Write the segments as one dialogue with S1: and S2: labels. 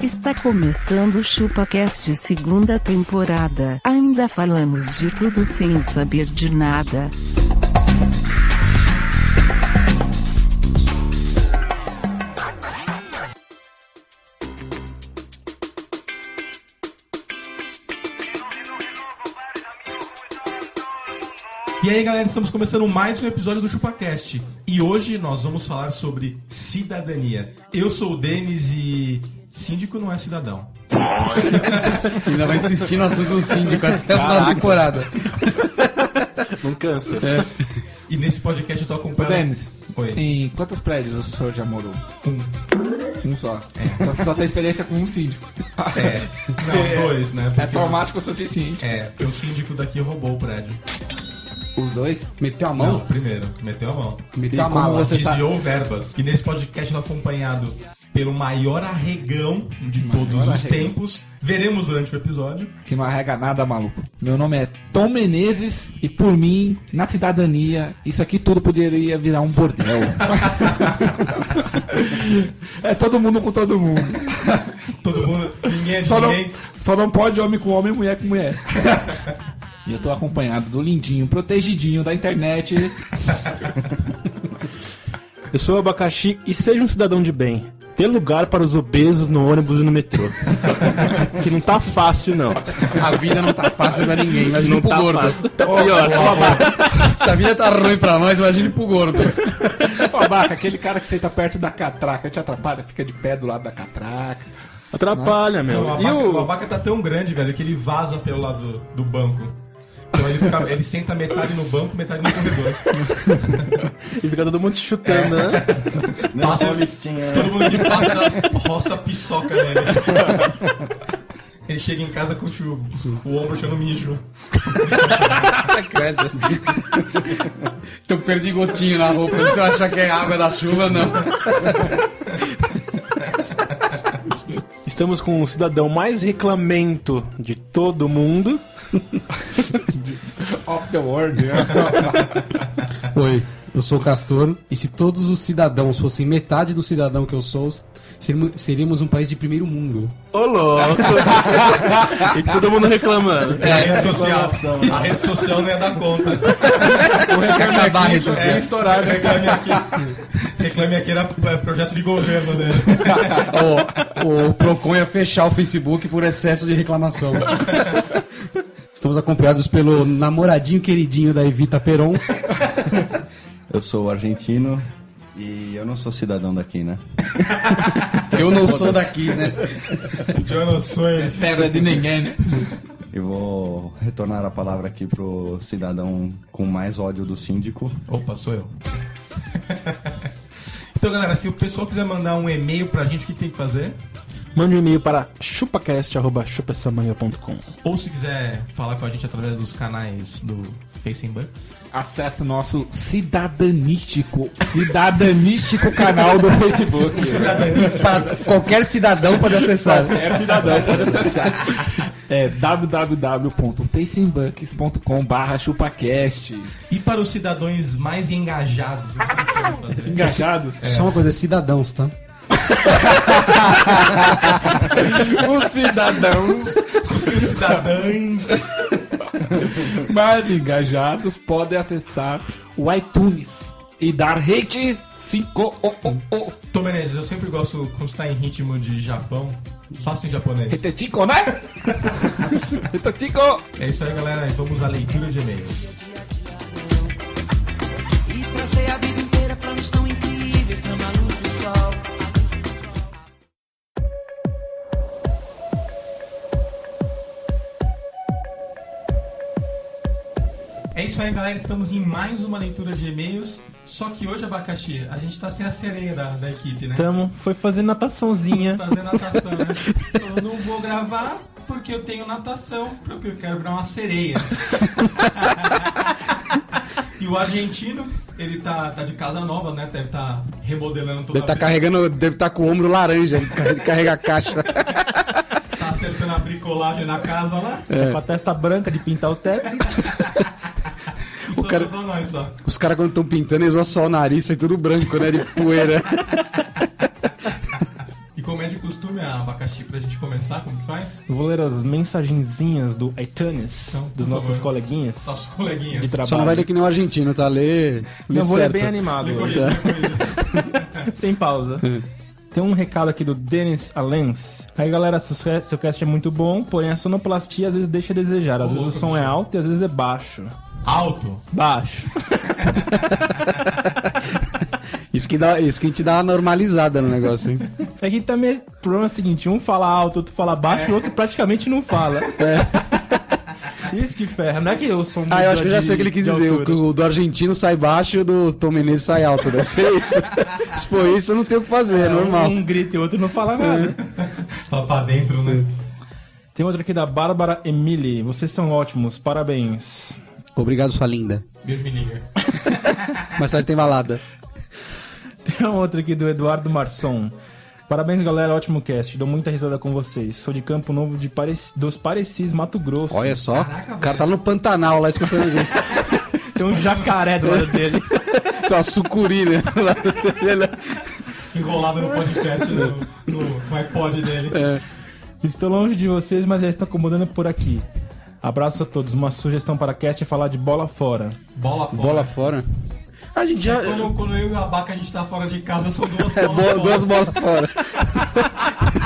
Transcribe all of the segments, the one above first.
S1: Está começando o ChupaCast segunda temporada. Ainda falamos de tudo sem saber de nada.
S2: E aí, galera, estamos começando mais um episódio do ChupaCast. E hoje nós vamos falar sobre cidadania. Eu sou o Denis e síndico não é cidadão.
S3: Ainda vai insistir no assunto do síndico até o final da temporada. É.
S4: Não cansa.
S2: E nesse podcast eu tô
S3: Ô,
S2: acompanhando...
S3: Denis,
S2: Oi.
S3: em quantos prédios o senhor já morou?
S2: Um.
S3: Um só. Só, só tem experiência com um síndico.
S2: É. Não, dois, né?
S3: É
S2: Porque-
S3: traumático o suficiente.
S2: É, porque o síndico daqui roubou o prédio.
S3: Os dois?
S5: Meteu a
S2: Não,
S5: mão?
S2: primeiro, meteu a mão.
S5: Meteu
S3: E
S5: a
S3: como
S5: mala.
S3: você- tá-
S2: Desviou verbas. E nesse podcast eu tô acompanhado pelo maior arregão de todos os
S3: arregão.
S2: tempos. Veremos durante o episódio.
S3: Que não arrega nada, maluco. Meu nome é Tom Menezes e por mim, na cidadania, isso aqui tudo poderia virar um bordel. é todo mundo com todo mundo.
S2: Todo mundo... Ninguém é de
S3: Só não,
S2: ninguém.
S3: só não pode homem com homem, mulher com mulher. E eu tô acompanhado do lindinho, protegidinho da internet.
S4: Eu sou o Abacaxi e seja um cidadão de bem. Dê lugar para os obesos no ônibus e no metrô. que não tá fácil, não.
S5: A vida não tá fácil pra ninguém, imagina pro
S4: tá
S5: gordo.
S4: fácil. Tá pior.
S5: Se a vida tá ruim pra nós, imagina pro gordo.
S3: Ô, Abaca, aquele cara que senta perto da catraca te atrapalha, fica de pé do lado da catraca.
S4: Atrapalha, meu.
S2: O
S4: E
S2: abaca, o
S4: o...
S2: abaca tá tão grande, velho, que ele vaza pelo lado do banco. Então ele, fica- ele senta metade no banco, metade no corredor.
S4: E fica todo mundo te chutando, né?
S6: Não,
S2: Passa-
S6: Paulistinha.
S2: Todo mundo de passa roça piçoca nele. Ele chega em casa com o, chu- o ombro cheio no mijo.
S5: Credo. Teu perdigotinho na roupa, se eu achar que é água da chuva, não.
S4: Estamos com o cidadão mais reclamento de todo mundo.
S3: Off the world. né?
S7: Oi, eu sou o Castor, e se todos os cidadãos fossem metade do cidadão que eu sou, seríamos, seríamos um país de primeiro mundo.
S4: Ô, louco! e todo mundo reclamando.
S2: É, a rede social.
S6: reclamação, né?
S2: A rede social não ia dar conta.
S3: O reclame
S5: Tá barra,
S3: aqui, você
S5: é.
S3: estourar, né?
S2: Reclame aqui. Reclame aqui era é, projeto de governo dele.
S5: O, o Procon ia fechar o Facebook por excesso de reclamação.
S7: Estamos acompanhados pelo namoradinho queridinho da Evita Peron.
S6: Eu sou argentino e eu não sou cidadão daqui, né?
S5: Eu não sou daqui, né?
S2: Eu não sou ele.
S3: Terra de ninguém, né?
S6: Eu vou retornar a palavra aqui pro cidadão com mais ódio do síndico.
S2: Opa, sou eu. Então, galera, se o pessoal quiser mandar um e-mail pra gente, o que que tem que fazer?
S4: Mande um e-mail para chupacast.chupassamanga.com
S2: Ou se quiser falar com a gente através dos canais do Facebook.
S3: Acesse o nosso cidadanístico, cidadanístico canal do Facebook.
S5: Pra- qualquer cidadão pode acessar.
S3: É cidadão, pode acessar. É www.facebooks.com.br chupacast.
S2: E para os cidadãos mais engajados, o que eles podem fazer? né?
S3: Engajados?
S7: Só uma coisa, é cidadãos, tá?
S3: Os cidadãos
S2: os cidadãos.
S3: mais engajados podem acessar o iTunes e dar rate 5. Oh, oh, oh.
S2: Tom Menezes, eu sempre gosto quando está em ritmo de Japão. Faça em japonês.
S3: Rate 5, né? Rate 5.
S2: É isso aí, galera. E Vamos à leitura de e-mails.
S8: E tracei a vida inteira planos tão incríveis, trama a luz do sol.
S2: É isso aí, galera. Estamos em mais uma leitura de e-mails. Só que hoje, abacaxi, a gente tá sem a sereia da, da equipe, né?
S4: Tamo, foi fazer nataçãozinha.
S2: Fazer natação, né? Eu não vou gravar porque eu tenho natação, porque eu quero virar uma sereia. e o argentino, ele tá, tá de casa nova, né? Deve tá remodelando toda
S5: Deve tá estar
S2: a
S5: carregando, deve estar com o ombro laranja, ele car- carrega a caixa.
S2: tá acertando a bricolagem na casa lá.
S5: É,
S4: Com a testa branca de pintar o teto.
S2: E só,
S5: cara-
S2: só nós só.
S5: Os caras quando estão pintando, eles vão só o nariz, sai tudo branco, né? De poeira.
S2: E como é de costume, costume, a abacaxi, pra gente começar, como que faz?
S4: Eu vou ler as mensagenzinhas do iTunes,
S2: Então, por
S4: dos nossos
S2: favor.
S4: coleguinhas
S2: Nossos
S4: de
S2: coleguinhas.
S4: trabalho.
S5: Só não vai ler que nem o argentino, tá? Lê, lê
S4: Não, vou ler
S5: certo.
S4: bem animado, hoje,
S5: Tá.
S2: Decorrido, decorrido.
S4: sem pausa. Tem um recado aqui do Denis Alens. Aí galera, seu seu cast é muito bom, porém a sonoplastia às vezes deixa a desejar. Às vezes o
S2: louco,
S4: som é alto e às vezes é baixo.
S2: Alto.
S4: Baixo.
S5: Isso que, dá, isso que te dá uma normalizada no negócio, hein?
S4: É que também o problema é o seguinte, um fala alto, outro fala baixo, o outro praticamente não fala. Isso que ferra, não é que eu sou um
S5: Ah, eu acho que eu já sei o que ele quis dizer. O, que o do argentino sai baixo e o do Tom Menezes sai alto. Deve ser isso. Se for isso, não tem o que fazer, é,
S4: É normal.
S5: normal. É.
S4: Um, grita e o outro não fala nada.
S2: Tá pra dentro, né?
S4: Tem outro aqui da Bárbara Emily. Vocês são ótimos, parabéns.
S5: Obrigado, sua linda.
S2: Beijo, menina.
S5: Mas tarde tem balada.
S4: Tem um outro aqui do Eduardo Marçom. Parabéns, galera. Ótimo cast. Dou muita risada com vocês. Sou de Campo Novo de Pare... dos Parecis, Mato Grosso.
S5: Olha só. o cara tá no Pantanal lá escutando a gente.
S4: Tem um jacaré do lado dele.
S5: Tem uma sucuri, né? Lá no telhado.
S2: Enrolado no podcast, no, no, no iPod dele.
S4: Estou longe de vocês, mas já estão acomodando por aqui. Abraço a todos. Uma sugestão para cast é falar de bola fora.
S2: Bola fora.
S5: Bola fora. A gente já.
S2: Quando, quando eu e o Abaca a gente tá fora de casa, são duas
S5: É,
S2: bolas.
S5: bo-
S2: fora.
S5: duas bolas fora.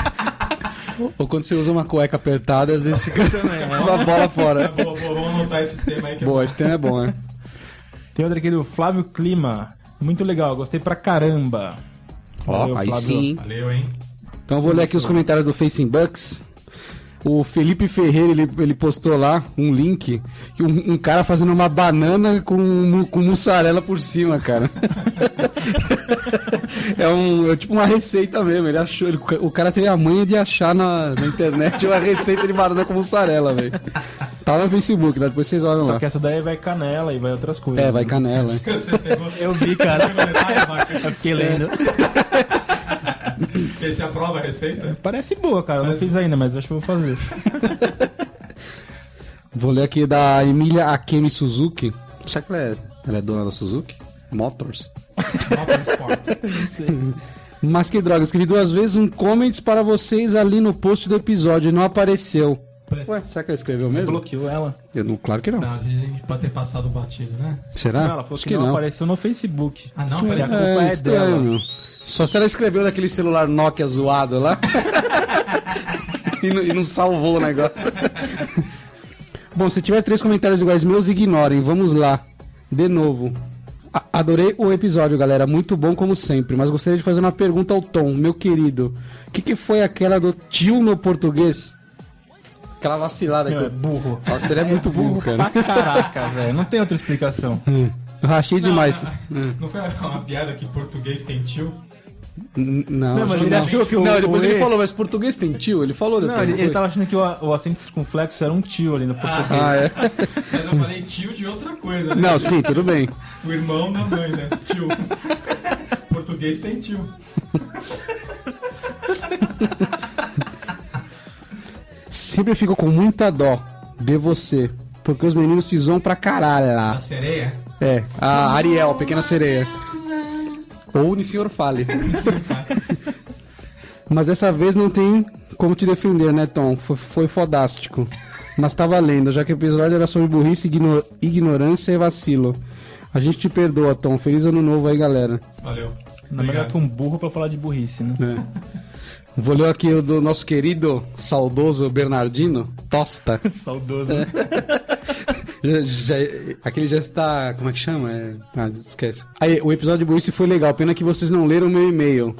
S5: Ou quando você usa uma cueca apertada, às vezes fica com a bola fora.
S2: É Boa, boa, vamos anotar esse tema aí que é
S5: né? Boa, esse tema é bom, né?
S4: Tem outro aqui do Flávio Clima. Muito legal, gostei pra caramba.
S5: Ó,
S4: Valeu,
S5: aí
S4: Flávio.
S5: sim.
S2: Valeu, hein?
S5: Então eu vou ler aqui os comentários do Facing Bucks. O Felipe Ferreira, ele, ele postou lá um link, que um, um cara fazendo uma banana com, mu- com mussarela por cima, cara. é, um, é tipo uma receita mesmo, ele achou, ele- o cara teve a manha de achar na, na internet uma receita de banana com mussarela, velho. Tá no Facebook, né? depois vocês olham
S4: Só
S5: lá.
S4: que essa daí vai canela e vai outras coisas.
S5: É, vai canela. né?
S2: Você pegou.
S4: Eu vi, cara.
S2: Você pegou detalhe, Abaca?
S4: Eu fiquei lendo.
S2: Esse é a prova, a receita?
S4: Parece boa, cara. Eu não fiz ainda, mas acho que eu vou fazer.
S5: Vou ler aqui da Emília Akemi Suzuki. Será que ela é, ela é dona da Suzuki? Motors. Mas que droga, escrevi duas vezes um comments para vocês ali no post do episódio e não apareceu. Ué, será que ela escreveu
S4: Você
S5: mesmo?
S4: bloqueou ela.
S5: Eu não, claro que não.
S2: Não, a gente pode ter passado o batido, né?
S5: Será?
S4: não, ela falou que, não, apareceu no Facebook.
S2: Ah, não?
S4: Peraí,
S2: Parece
S4: a culpa é, dela.
S5: meu. Só se ela escreveu naquele celular Nokia zoado lá e, não, e não salvou o negócio. Bom, se tiver três comentários iguais meus, ignorem. Vamos lá. De novo. A- adorei o episódio, galera. Muito bom, como sempre. Mas gostaria de fazer uma pergunta ao Tom, meu querido. O que, que foi aquela do tio no português? Aquela vacilada
S4: Meu, é
S5: que eu...
S4: burro.
S5: Nossa, ele é muito burro, cara.
S4: Caraca, velho. Não tem outra explicação.
S5: Eu Rachei demais. É.
S2: Não foi uma piada que português tem tio?
S5: N- Não,
S4: Não, mas
S5: acho que
S4: ele achou que o-
S5: Não, depois
S4: o
S5: ele
S4: E-
S5: falou, mas português tem tio? Ele falou depois.
S4: Não, ele,
S5: não
S4: ele tá
S5: foi?
S4: tava achando que o, o acento circunflexo era um tio ali no português.
S5: Ah, é.
S2: Mas eu falei tio de outra coisa, né?
S5: Não, sim, tudo bem.
S2: O irmão da mãe, né? Tio. português tem tio.
S5: Sempre fico com muita dó de você. Porque os meninos se zoam pra
S2: A
S5: caralho.
S2: sereia?
S5: É, a Ariel, Pequena Sereia. Ou o Senhor Fale. Mas dessa vez não tem como te defender, né, Tom? Foi, foi fodástico. Mas tá valendo, já que o episódio era sobre burrice, igno- ignorância e vacilo. A gente te perdoa, Tom. Feliz ano novo aí, galera.
S2: Valeu.
S4: Na verdade, que um burro pra falar de burrice, né?
S5: Vou ler aqui o do nosso querido, saudoso Bernardino, Tosta. É.
S4: Saudoso.
S5: Já- já- aquele já está. Como é que chama? É, ah, esquece. Aí, o episódio de Burrice foi legal, pena que vocês não leram meu e-mail.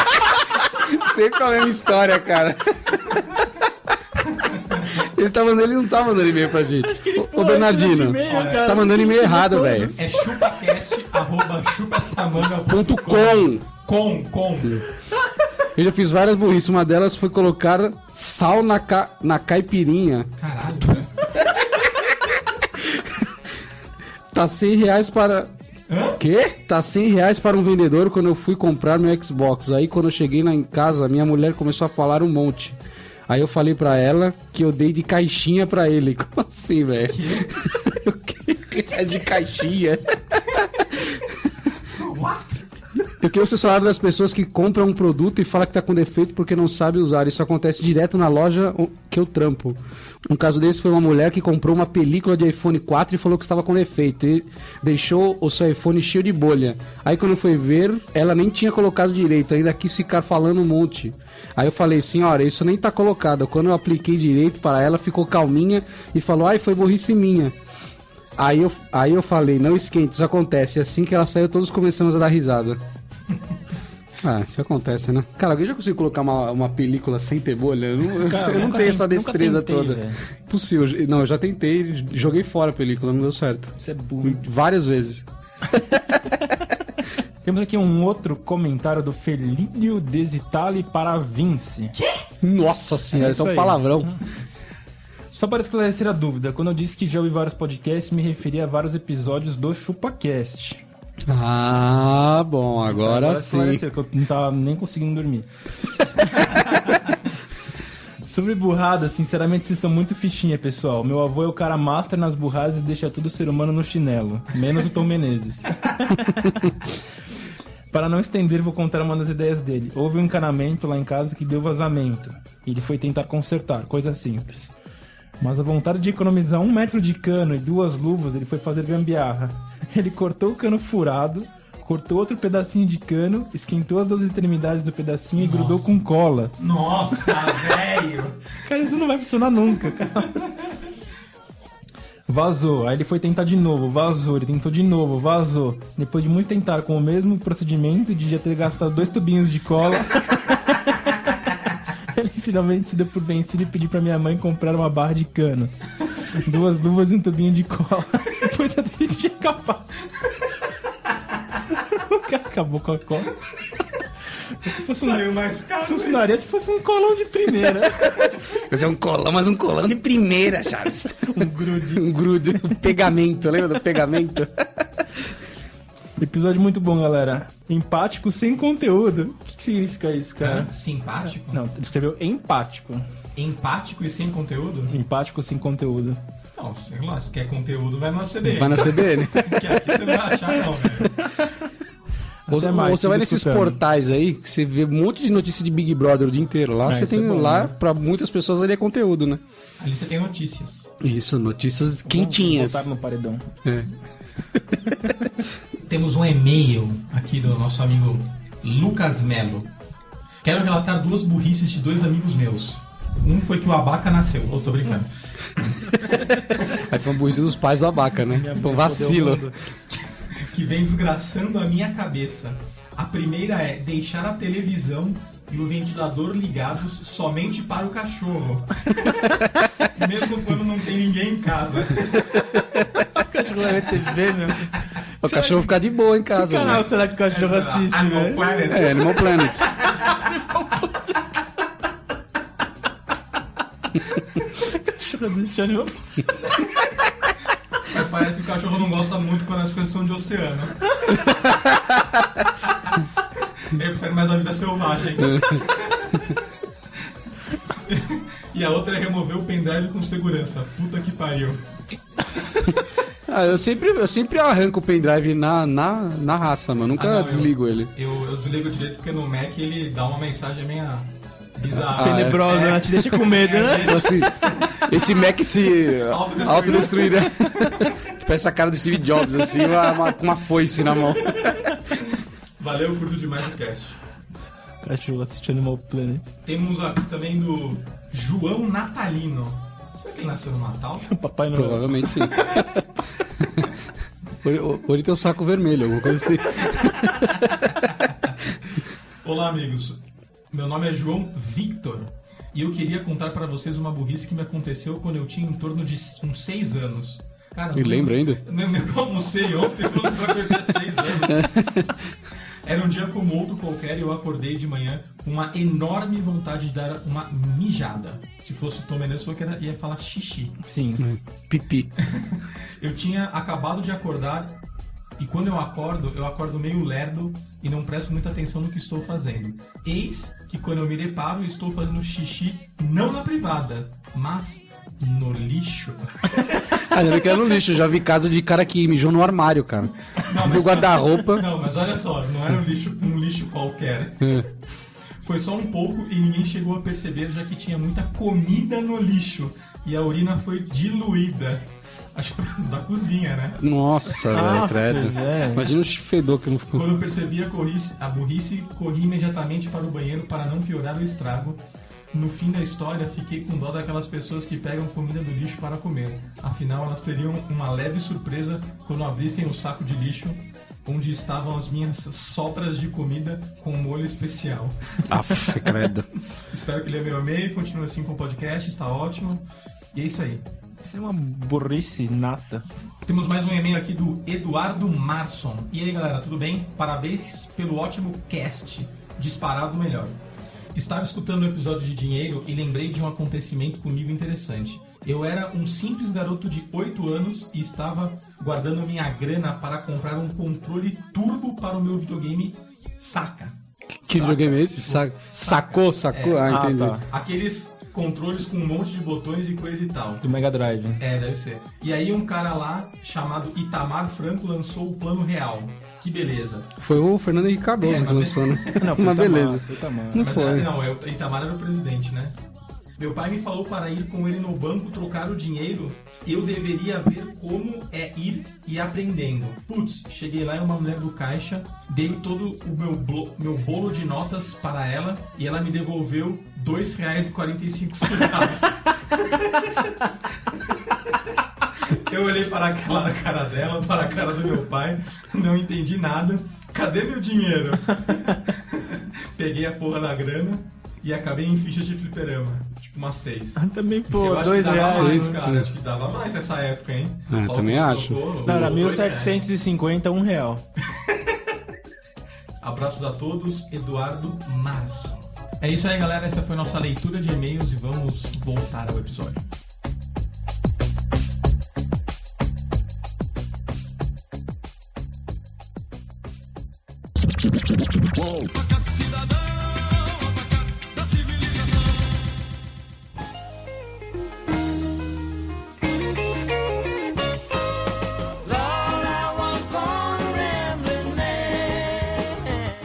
S5: Sempre a mesma história, cara. Ele, tá mandando, ele não tá mandando e-mail pra gente. Ô, Bernardino, você tá mandando e-mail errado, velho.
S2: É chupacast, arroba
S5: Ponto
S2: chupassamanga.com.
S5: com.
S2: Com, com.
S5: Eu já fiz várias burrices. Uma delas foi colocar sal na, ca- na caipirinha.
S2: Caralho. né?
S5: Tá 100 reais para. Quê? Tá 100 reais para um vendedor quando eu fui comprar meu Xbox. Aí quando eu cheguei lá em casa, minha mulher começou a falar um monte. Aí eu falei pra ela que eu dei de caixinha pra ele. Como assim, velho? O quê? É de caixinha?
S2: What?
S5: Eu Porque eu sou salário das pessoas que compram um produto e fala que tá com defeito porque não sabe usar. Isso acontece direto na loja o- que eu trampo. Um caso desse foi uma mulher que comprou uma película de iPhone 4 e falou que estava com defeito e deixou o seu iPhone cheio de bolha. Aí quando foi ver, ela nem tinha colocado direito, ainda quis ficar falando um monte. Aí eu falei, senhora, isso nem tá colocado. Quando eu apliquei direito para ela, ficou calminha e falou, ai, foi burrice minha. Aí eu, aí eu falei, não esquente, isso acontece. E assim que ela saiu, todos começamos a dar risada. Ah, isso acontece, né? Cara, alguém já conseguiu colocar uma, uma película sem ter bolha? Eu não, eu
S4: Cara, eu
S5: não
S4: nunca
S5: tenho essa
S4: tentei-
S5: destreza
S4: nunca tentei,
S5: toda.
S4: velho.
S5: Impossível. Não, eu já tentei, joguei fora a película, não deu certo.
S4: Isso é burro.
S5: Várias vezes.
S4: Temos aqui um outro comentário do Felídio Desitali para Vince.
S5: Nossa
S4: É
S5: senhora, isso
S4: isso
S5: é um
S4: aí.
S5: palavrão.
S4: Só para esclarecer a dúvida, quando eu disse que já ouvi vários podcasts, me referi a vários episódios do ChupaCast.
S5: Ah,
S4: Então,
S5: bom, agora sim.
S4: esclareceu, que eu não tava nem conseguindo dormir. Sobre burradas, sinceramente, vocês são muito fichinha, pessoal. Meu avô é o cara master nas burradas e deixa todo ser humano no chinelo. Menos o Tom Menezes. Para não estender, vou contar uma das ideias dele. Houve um encanamento lá em casa que deu vazamento. Ele foi tentar consertar, coisa simples. Mas a vontade de economizar um metro de cano e duas luvas, ele foi fazer gambiarra. Ele cortou o cano furado, cortou outro pedacinho de cano, esquentou as duas extremidades do pedacinho e grudou com cola.
S2: Nossa, velho!
S4: Cara, isso não vai funcionar nunca, cara. Vazou, aí ele foi tentar de novo, vazou, ele tentou de novo, vazou. Depois de muito tentar com o mesmo procedimento de já ter gastado dois tubinhos de cola, ele finalmente se deu por vencido e pediu pra minha mãe comprar uma barra de cano. Duas luvas e um tubinho de cola. Depois até ele tinha acabado. O cara acabou com a cola. Se fosse um-
S2: Saiu é mais caro.
S4: funcionaria se fosse um colão de primeira.
S5: Mas é um colão, mas um colão de primeira, Charles.
S4: um grude.
S5: um grude, um pegamento, lembra do pegamento?
S4: Episódio muito bom, galera. Empático sem conteúdo. O que, que significa isso, cara?
S2: Simpático?
S4: Não, ele escreveu empático.
S2: Empático e sem conteúdo?
S4: Empático sem conteúdo.
S2: Não, sei lá, se quer conteúdo, vai na CDN.
S5: Vai na CBN.
S2: Que aqui você não vai achar, não, velho.
S5: Ou,
S4: Até mais,
S5: ou você vai
S4: siga
S5: nesses
S4: escutando.
S5: portais aí, que você vê um monte de notícia de Big Brother o dia inteiro. Lá
S4: Ah,
S5: você
S4: isso
S5: tem
S4: é bom,
S5: lá,
S4: né?
S5: pra muitas pessoas ali é conteúdo, né?
S2: Ali você tem notícias.
S5: Isso, notícias quentinhas.
S4: Botaram no paredão.
S2: Temos um e-mail aqui do nosso amigo Lucas Melo. Quero relatar duas burrices de dois amigos meus. Um foi que o abaca nasceu. Eu tô brincando.
S5: Aí foi um burrice dos pais do Abaca, né? Foi um vacilo.
S2: que vem desgraçando a minha cabeça. A primeira é deixar a televisão e o ventilador ligados somente para o cachorro. Mesmo quando não tem ninguém em casa.
S5: O cachorro ficar de boa em casa. né?
S4: será que o cachorro né?
S2: Animal é Planet.
S5: É, Animal Planet.
S4: cachorro assiste animal.
S2: Mas parece que o cachorro não gosta muito quando as coisas são de oceano. Ele prefere mais a vida selvagem. e a outra é remover o pendrive com segurança. Puta que pariu.
S5: Ah, eu sempre, eu sempre arranco o pendrive na, na, na raça, mano. Nunca
S2: Ah, não, eu-
S5: desligo ele.
S2: Eu, eu desligo direito porque no Mac ele dá uma mensagem meio
S5: Ah,
S2: bizarra.
S5: é.
S2: É.
S4: Tenebrosa, né? Te deixa com medo, né?
S5: Então, assim, esse Mac se
S2: Autodestruir.
S5: autodestruir, né? Tipo essa cara do Steve Jobs, assim, uma- uma- com uma foice na mão.
S2: Valeu, curto demais o cast.
S4: Cachorro assiste Animal Planet.
S2: Temos aqui também do João Natalino. Será que ele nasceu no Natal?
S4: Papai Noel.
S5: Provavelmente sim. Ou- Ou ele tem o saco vermelho, alguma coisa assim.
S2: Olá, amigos. Meu nome é João Victor e eu queria contar pra vocês uma burrice que me aconteceu quando eu tinha em torno de uns 6 anos. Cara,
S5: E
S2: eu-
S5: lembra ainda?
S2: Eu lembro que eu almocei ontem, eu lembro que eu tinha 6 anos. Era um dia como outro qualquer e eu acordei de manhã com uma enorme vontade de dar uma mijada. Se fosse o Tom Menezes, falou que era- ia falar xixi.
S4: Sim.
S5: Pipi.
S2: Eu tinha acabado de acordar E quando eu acordo, eu acordo meio lerdo e não presto muita atenção no que estou fazendo. Eis que quando eu me deparo, estou fazendo xixi não na privada, mas no lixo.
S5: Ah, Ainda bem que era no lixo. eu Já vi caso de cara que mijou no armário, cara. No guarda-roupa.
S2: Não, mas olha só, não era um lixo, um lixo qualquer. Foi só um pouco e ninguém chegou a perceber, já que tinha muita comida no lixo e a urina foi diluída. Acho que da cozinha, né?
S5: Nossa, velho, credo.
S9: velho.
S5: Imagina o fedor que não ficou.
S2: Quando eu percebi a, corrice, a burrice, corri imediatamente para o banheiro para não piorar o estrago. No fim da história, fiquei com dó daquelas pessoas que pegam comida do lixo para comer. Afinal, elas teriam uma leve surpresa quando abrissem o saco de lixo onde estavam as minhas sobras de comida com um molho especial.
S5: Aff, credo.
S2: Espero que leia meu e-mail, continue assim com o podcast, está ótimo. E é isso aí.
S9: Isso é uma burrice nata.
S2: Temos mais um e-mail aqui do Eduardo Marson. E aí, galera, tudo bem? Parabéns pelo ótimo cast, disparado o melhor. Estava escutando o episódio de dinheiro e lembrei de um acontecimento comigo interessante. Eu era um simples garoto de 8 anos e estava guardando minha grana para comprar um controle turbo para o meu videogame Saca.
S5: Que videogame é esse? Sa- Sacou, sacou? Ah,
S9: Ah,
S5: entendi.
S9: tá.
S2: Aqueles controles com um monte de botões e coisa e tal.
S9: Do Mega Drive. né?
S2: É, deve ser. E aí um cara lá, chamado Itamar Franco, lançou o Plano Real. Que beleza.
S5: Foi o Fernando Henrique Cardoso
S2: É,
S5: que
S2: mas-
S5: lançou, né?
S9: Não, foi
S5: Uma
S9: Itamar,
S5: beleza.
S9: foi Itamar.
S5: Não
S2: Mas,
S5: foi.
S2: Não, é, o Itamar era o presidente, né? Meu pai me falou para ir com ele no banco trocar o dinheiro. Eu deveria ver como é ir e aprendendo. Putz, cheguei lá e uma mulher do caixa, dei todo o meu, blo- meu bolo de notas para ela e ela me devolveu R$ 2,45. Eu olhei para aquela cara dela, para a cara do meu pai, não entendi nada. Cadê meu dinheiro? Peguei a porra da grana e acabei em fichas de fliperama. Tipo, umas seis.
S4: Ah,
S9: Também,
S2: Eu
S9: pô,
S2: acho
S9: Ah, dois
S2: que dava
S9: reais.
S2: mais, cara. Acho que dava mais nessa época, hein?
S5: É,
S2: Paulo
S5: também
S2: colocou,
S5: acho.
S2: colocou
S9: Não, era
S2: dois reais.
S9: 1750, um real.
S2: Abraços a todos, Eduardo Março. É isso aí, galera. Essa foi nossa leitura de e-mails e vamos voltar ao episódio.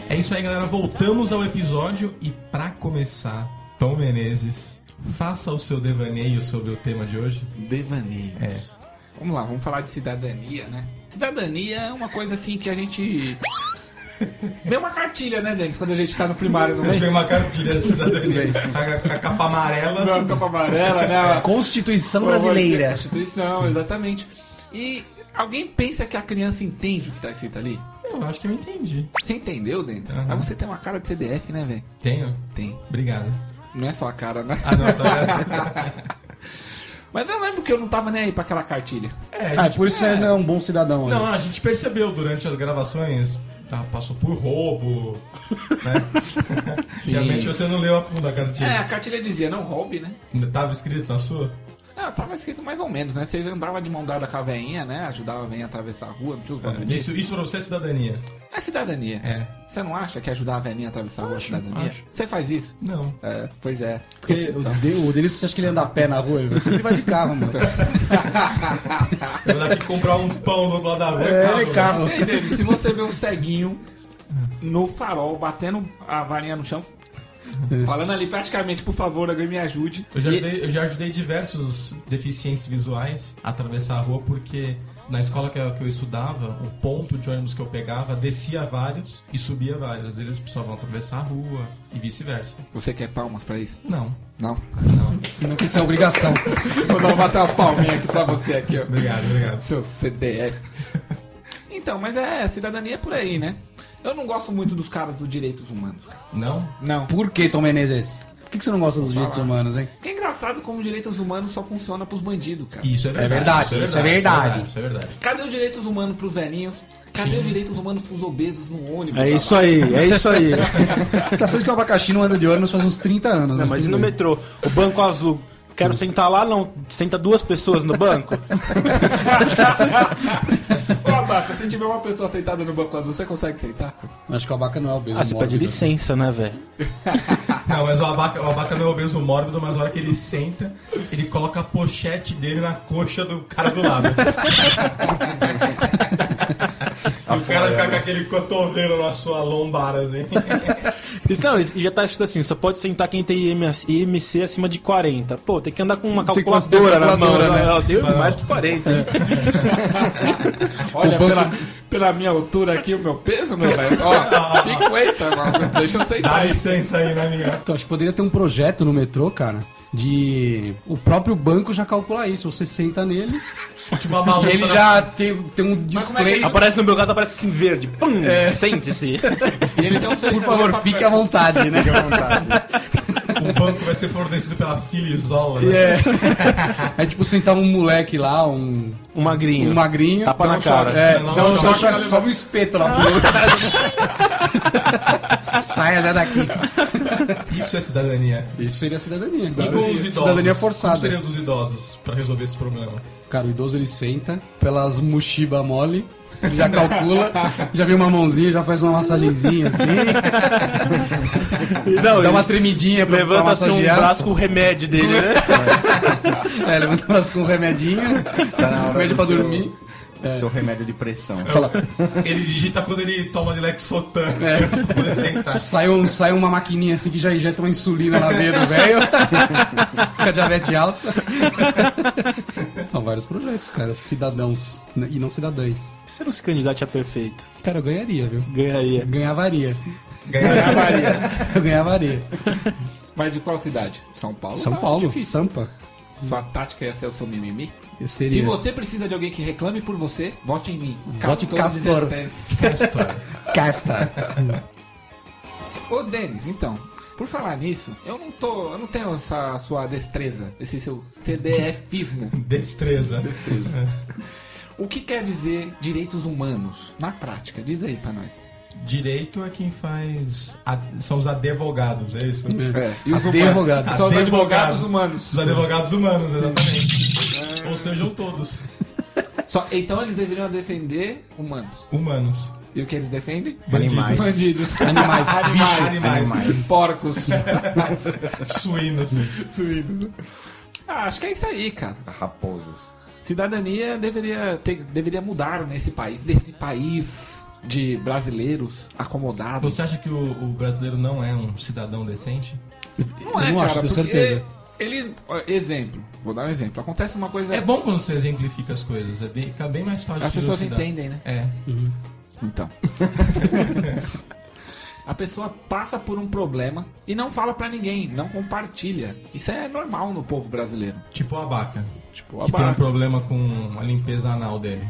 S2: É isso aí, galera. Voltamos ao episódio e pra começar, Tom Menezes, faça o seu devaneio sobre o tema de hoje.
S3: Devaneios.
S4: É.
S3: Vamos lá, vamos falar de cidadania, né? Cidadania é uma coisa assim que a gente. Deu uma cartilha, né, Denis? Quando a gente tá no primário, não
S2: Tem
S3: vem?
S2: uma cartilha de cidadania. A, a capa amarela.
S3: Não, capa amarela,
S5: É.
S3: né?
S5: Constituição
S3: A Constituição, é exatamente. E alguém pensa que a criança entende o que tá escrito ali?
S2: Eu acho que eu entendi.
S3: Você entendeu, Denis?
S2: Aham.
S3: Mas você tem uma cara de CDF, né, velho?
S2: Tenho?
S3: Tem.
S2: Obrigado.
S3: Não é só a cara, né?
S2: Ah, não, só era-
S3: Mas eu lembro que eu não tava nem aí pra aquela cartilha.
S2: É,
S5: Ah, por isso você não é um bom cidadão.
S2: Não,
S5: Não.
S2: a gente percebeu durante as gravações. tá, passou por roubo. Né? Realmente você não leu a fundo a
S3: É,
S2: cartilha.
S3: a cartilha dizia, não roube, né?
S2: Tava escrito na sua?
S3: Ah, tava escrito mais ou menos, né? Você andava de mão dada com a veinha, né? Ajudava a veinha a atravessar a rua, não tinha os bagulho desse.
S2: Isso, isso pra você é cidadania.
S3: É cidadania.
S2: É.
S3: Você não acha que ajudar a velhinha a atravessar a rua é cidadania? Você faz isso?
S2: Não.
S3: É, pois é.
S5: Porque o, de, o Denilson, você acha que ele anda a pé na rua? Ele sempre vai de carro, mano.
S2: Eu vou aqui comprar um pão do outro lado da rua. né?
S5: É, ele
S2: acabou.
S5: carro.
S3: Ei, David, se você vê um ceguinho no farol, batendo a varinha no chão, falando ali praticamente, por favor, alguém me ajude.
S2: Eu já,
S3: E-
S2: ajudei, eu já ajudei diversos deficientes visuais a atravessar a rua porque na escola que eu, que eu estudava, o ponto de ônibus que eu pegava descia vários e subia vários. Eles precisavam atravessar a rua e vice-versa.
S3: Você quer palmas pra isso?
S2: Não.
S3: Não.
S5: Não que isso é obrigação.
S3: Vou dar bater uma palminha aqui pra você aqui, ó.
S2: Obrigado, obrigado.
S3: Seu CDF. Então, mas é, cidadania é por aí, né? Eu não gosto muito dos caras dos direitos humanos, cara.
S2: Não?
S3: Não.
S5: Por que, Tom Menezes? Por que que você não gosta dos direitos humanos, hein?
S3: Que é engraçado como os direitos humanos só funciona pros bandidos, cara.
S2: Isso é verdade.
S5: verdade, isso é verdade.
S2: Isso é verdade.
S3: Cadê os direitos humanos pros velhinhos? Cadê os direitos humanos pros obesos no ônibus?
S4: É isso aí, é isso aí.
S5: é Tá certo que o abacaxi não anda de ônibus faz uns 30 anos.
S4: Não, mas e
S5: tudo
S4: no
S5: bem.
S4: metrô? O Banco Azul. Quero sentar lá, não. Senta duas pessoas no banco.
S3: Ô, Abaca, se tiver uma pessoa sentada no banco azul, você consegue sentar?
S5: Acho que o abaca não é o mesmo.
S4: ah, você pede licença, né, velho?
S2: Não, mas o abaca, o abaca não é obeso mórbido, mas na hora que ele senta, ele coloca a pochete dele na coxa do cara do lado. e o cara fica com aquele cotovelo na sua lombar, assim.
S4: Isso não, isso já tá escrito assim, só pode sentar quem tem IMS IMC acima de 40. Pô, tem que andar com uma
S5: que fazer
S4: calculadora na mão.
S5: calculadora,
S4: né? Eu tenho mais que 40. hein?
S3: Olha, pela, pela minha altura aqui, o meu peso, meu velho. Ó, 50, mano. Deixa eu sentar
S2: Dá
S3: aí.
S2: licença aí, né, amiga?
S5: Então, acho que poderia ter um projeto no metrô, cara, de o próprio banco já calcular isso. Você senta nele
S2: Tipo
S3: Ah,
S2: uma balança
S5: e ele
S2: na-
S5: já tem, tem um
S3: é
S5: display.
S4: Aparece no meu caso, aparece assim verde. Pum,
S5: É.
S4: sente-se.
S3: E ele tem um
S5: Por favor, fique à vontade, né?
S2: O banco vai ser fornecido pela Filizola, né?
S5: É tipo sentar um moleque lá, um,
S4: Um magrinho.
S5: um magrinho.
S4: Tapa na
S5: dá um
S4: cara.
S5: choque, É,
S2: Não,
S5: dá um
S2: não,
S5: choque,
S3: choque,
S5: sobe um espeto lá pro outro. Saia já daqui.
S2: Isso é cidadania.
S5: Isso seria cidadania. é
S2: E com os idosos?
S5: Cidadania
S2: Como
S5: forçada.
S2: seria dos idosos pra resolver esse problema?
S5: Cara, o idoso ele senta pelas mochiba mole, ele já calcula, já vem uma mãozinha, já faz uma massagenzinha assim,
S4: Não,
S5: É. dá
S4: ele
S5: uma tremidinha pra, pra
S4: levanta assim um
S5: massagear.
S4: braço com o remédio dele, né?
S5: É, levanta o braço com um remedinho,
S10: Tá na hora
S5: remédio
S10: do
S5: pra
S10: seu-
S5: dormir.
S10: do
S6: É.
S10: Seu remédio de pressão.
S5: Fala,
S2: Ele digita quando ele toma de Lexotan.
S5: É.
S2: pra poder sentar.
S5: sai, um- sai uma maquininha assim que já injeta uma insulina na veia do velho, com a diabetes alta. Não, vários projetos, cara, cidadãos né, e não cidadãs.
S4: Você não se candidate a perfeito.
S5: Cara, eu ganharia, viu?
S4: Ganharia.
S5: Ganhavaria.
S2: Ganhar
S5: Eu ganhavaria.
S3: Mas de qual cidade? São Paulo?
S5: São
S3: Então Tá
S5: Paulo,
S3: difícil.
S5: Sampa.
S3: Sua tática ia ser o seu mimimi? Se
S5: Seria.
S3: você precisa de alguém que reclame por você, vote em mim.
S5: Vote Castor.
S3: 17.
S5: Casta.
S3: Ô, Denis, então, por falar nisso, eu não tô. Eu não tenho essa sua destreza, esse seu CDFismo.
S2: destreza.
S3: o que quer dizer direitos humanos na prática? Diz aí pra nós.
S2: Direito é quem faz. a- São os advogados, é isso?
S3: É, e
S5: Advogado.
S3: São os advogados
S2: Advogado.
S3: humanos.
S2: Os advogados humanos, exatamente. Ou sejam todos
S3: Só, então eles deveriam defender humanos.
S2: humanos.
S3: E o que eles defendem?
S2: Animais.
S3: Bandidos.
S5: Animais, bichos.
S2: Animais.
S3: Porcos.
S2: Suínos.
S3: Suínos. Ah, acho que é isso aí, cara.
S10: Raposas.
S3: Cidadania deveria, ter, deveria mudar nesse país, desse país de brasileiros acomodados.
S2: Você acha que o, o brasileiro não é um cidadão decente?
S3: Não é,
S5: Eu não acho, tenho
S3: porque
S5: certeza.
S3: Ele, ó, exemplo, vou dar um exemplo. Acontece uma coisa.
S2: É bom quando você exemplifica as coisas, é bem, fica bem mais fácil
S3: As
S2: de
S3: pessoas
S2: elucidar.
S3: entendem, né?
S2: É.
S3: Então. A pessoa passa por um problema e não fala pra ninguém, não compartilha. Isso é normal no povo brasileiro.
S2: Tipo o abaca.
S3: Tipo, a
S2: que tem um
S3: barra.
S2: problema com a limpeza anal dele.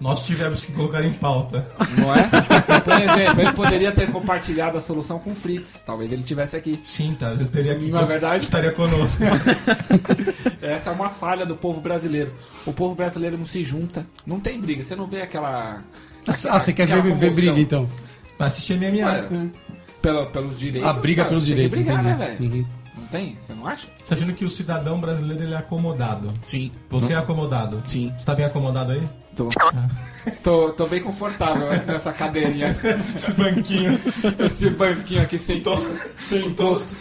S2: Nós tivemos que colocar em pauta.
S3: Não é? Por exemplo, ele poderia ter compartilhado a solução com o Fritz. Talvez ele tivesse aqui.
S2: Sim, tá, você teria que
S3: Na é verdade-
S2: estaria conosco.
S3: Essa é uma falha do povo brasileiro. O povo brasileiro não se junta, não tem briga. Você não vê aquela.
S5: Ah, você quer ver, ver briga então? É, né?
S2: Mas assiste MMA.
S3: Ué, pela- pelos direitos.
S5: A briga
S3: cara,
S5: pelos
S3: você tem que
S5: direitos,
S3: brigar,
S5: entendi.
S3: né, velho?
S5: Uhum.
S3: Não tem? Você não acha?
S2: Você tá achando que o cidadão brasileiro ele é acomodado?
S3: Sim.
S2: Você é acomodado?
S3: Sim.
S2: Você tá bem acomodado aí?
S3: Tô.
S5: Ah.
S3: tô, tô bem confortável aqui nessa cadeirinha.
S2: Esse banquinho.
S3: Esse banquinho aqui sem,
S2: Tô-
S3: sem encosto.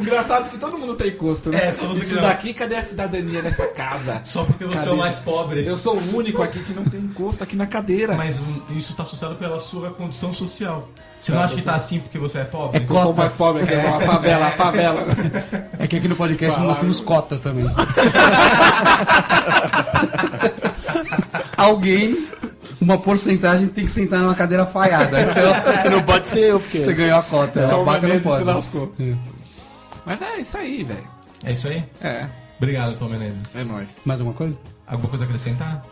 S3: Engraçado que todo mundo tem custo, né?
S2: É, só você que
S3: Isso
S2: não.
S3: daqui, cadê a cidadania nessa casa?
S2: Só porque você é o
S3: Cadê?
S2: mais pobre.
S3: Eu sou o único aqui que não tem encosto aqui na cadeira.
S2: Mas hum, isso tá associado pela sua condição social. Você não
S3: É,
S2: acha que
S3: você-
S2: tá assim porque você é pobre?
S3: Eu sou o mais pobre aqui, é uma favela, a favela.
S5: É que aqui no podcast nós temos cota também. Alguém, uma porcentagem, tem que sentar numa cadeira falhada. Então,
S4: Não pode ser eu, porque.
S5: você ganhou a cota.
S3: Então,
S5: a vaca não
S3: Menezes
S5: pode.
S3: se lascou.
S5: É.
S3: Mas é isso aí, velho.
S2: É isso aí?
S3: É,
S2: Obrigado, Tom Menezes.
S3: é nóis.
S5: Mais alguma coisa?
S2: Alguma coisa a acrescentar?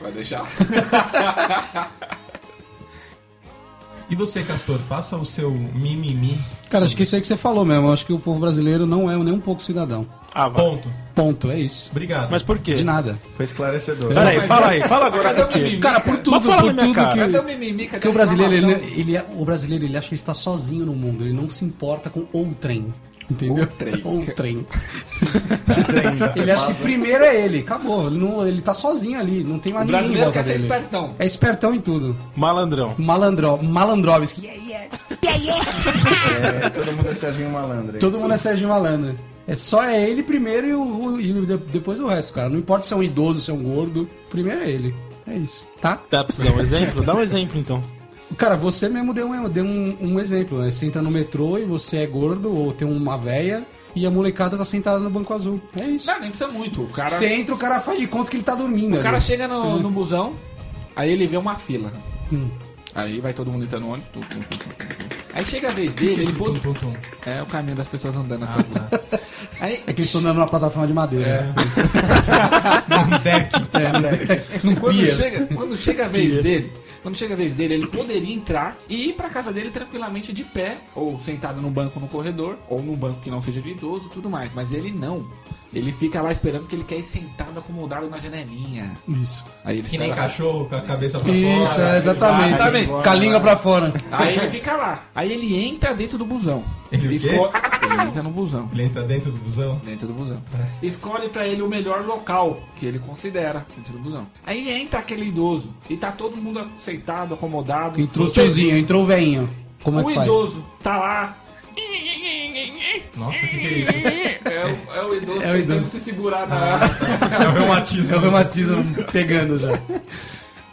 S3: Vai deixar.
S2: E você, Castor, faça o seu mimimi.
S5: Cara, acho que isso aí que você falou mesmo. Eu Acho que o povo brasileiro não é nem um pouco cidadão.
S4: Ah, vai.
S2: Ponto.
S5: Ponto, é isso.
S2: Obrigado.
S4: Mas por quê?
S5: De nada.
S6: Foi esclarecedor.
S4: Peraí, fala aí, fala agora
S3: Cadê o
S4: por quê?
S3: mimimi?
S5: Cara, por tudo,
S4: fala
S5: por
S4: na minha
S5: tudo
S4: cara.
S3: Cadê o
S5: que...
S3: mimimi? Cadê
S5: Porque o
S3: a
S5: brasileiro, ele,
S3: informação?
S5: ele, é- o brasileiro, ele acha que ele está sozinho no mundo. Ele não se importa com outrem. Entendeu?
S3: Outrem.
S5: Outrem. ele acha que primeiro é ele. Acabou. Ele, não, ele tá sozinho ali. Não tem mais
S3: O
S5: ninguém em
S3: brasileiro
S5: volta
S3: quer ser
S5: dele.
S3: espertão.
S5: É espertão em tudo.
S4: Malandrão.
S5: Malandro, Malandrovski. Yeah, yeah.
S6: É, todo mundo é Serginho Malandro. é
S5: Todo
S6: isso.
S5: mundo é Sérgio Malandro. É só é ele primeiro e, o, e o- de- depois o resto, cara. Não importa se é um idoso, se é um gordo. Primeiro é ele. É isso, tá?
S4: Tá, precisa dar um exemplo? Dá um exemplo então.
S5: Cara, você mesmo deu um, deu um, um exemplo, né? Você entra no metrô e você é gordo ou tem uma véia e a molecada tá sentada no banco azul. É isso.
S3: Não, nem precisa muito. O cara,
S5: Você entra, o cara faz de conta que ele tá dormindo.
S3: o cara
S5: ali.
S3: chega no, no busão, aí ele vê uma fila. Aí vai todo mundo entrando no ônibus. tum, tum, tum, tum, tum. Aí chega a vez dele, ele
S2: Tum,
S3: pula.
S2: tum, tum.
S3: É o caminho das pessoas andando. Aí,
S5: É que eles estão andando numa plataforma de
S3: É.
S5: madeira. né?
S2: Um
S5: É,
S2: Deck.
S3: quando chega, quando chega a vez dele, quando chega a vez dele, ele poderia entrar e ir pra casa dele tranquilamente de pé, ou sentado num banco no corredor, ou num banco que não seja de idoso, e tudo mais. Mas ele não. Ele fica lá esperando que ele quer ir sentado acomodado na janelinha.
S5: Isso.
S3: Aí ele
S2: Que nem
S3: espera lá.
S2: cachorro com a cabeça pra
S5: Isso,
S2: fora.
S5: é, exatamente.
S3: né? Exatamente.
S5: Com a língua pra fora.
S3: Aí ele fica lá. Aí ele entra dentro do busão.
S2: Ele o quê?
S3: Esco- ele entra no busão.
S2: Ele entra dentro do busão.
S3: Dentro do busão. Escolhe pra ele o melhor local que ele considera dentro do busão. Aí entra aquele idoso e tá todo mundo sentado, acomodado.
S5: Entrou o
S3: Você
S5: tiozinho, entrou o veinho. Como é
S3: O
S5: que faz?
S3: idoso tá lá.
S2: Nossa, o que, que é isso?
S3: É o, é o idoso
S5: É o
S3: tentando
S5: idoso. Ah.
S3: se segurar na.
S2: É o reumatismo.
S5: É o reumatismo pegando já.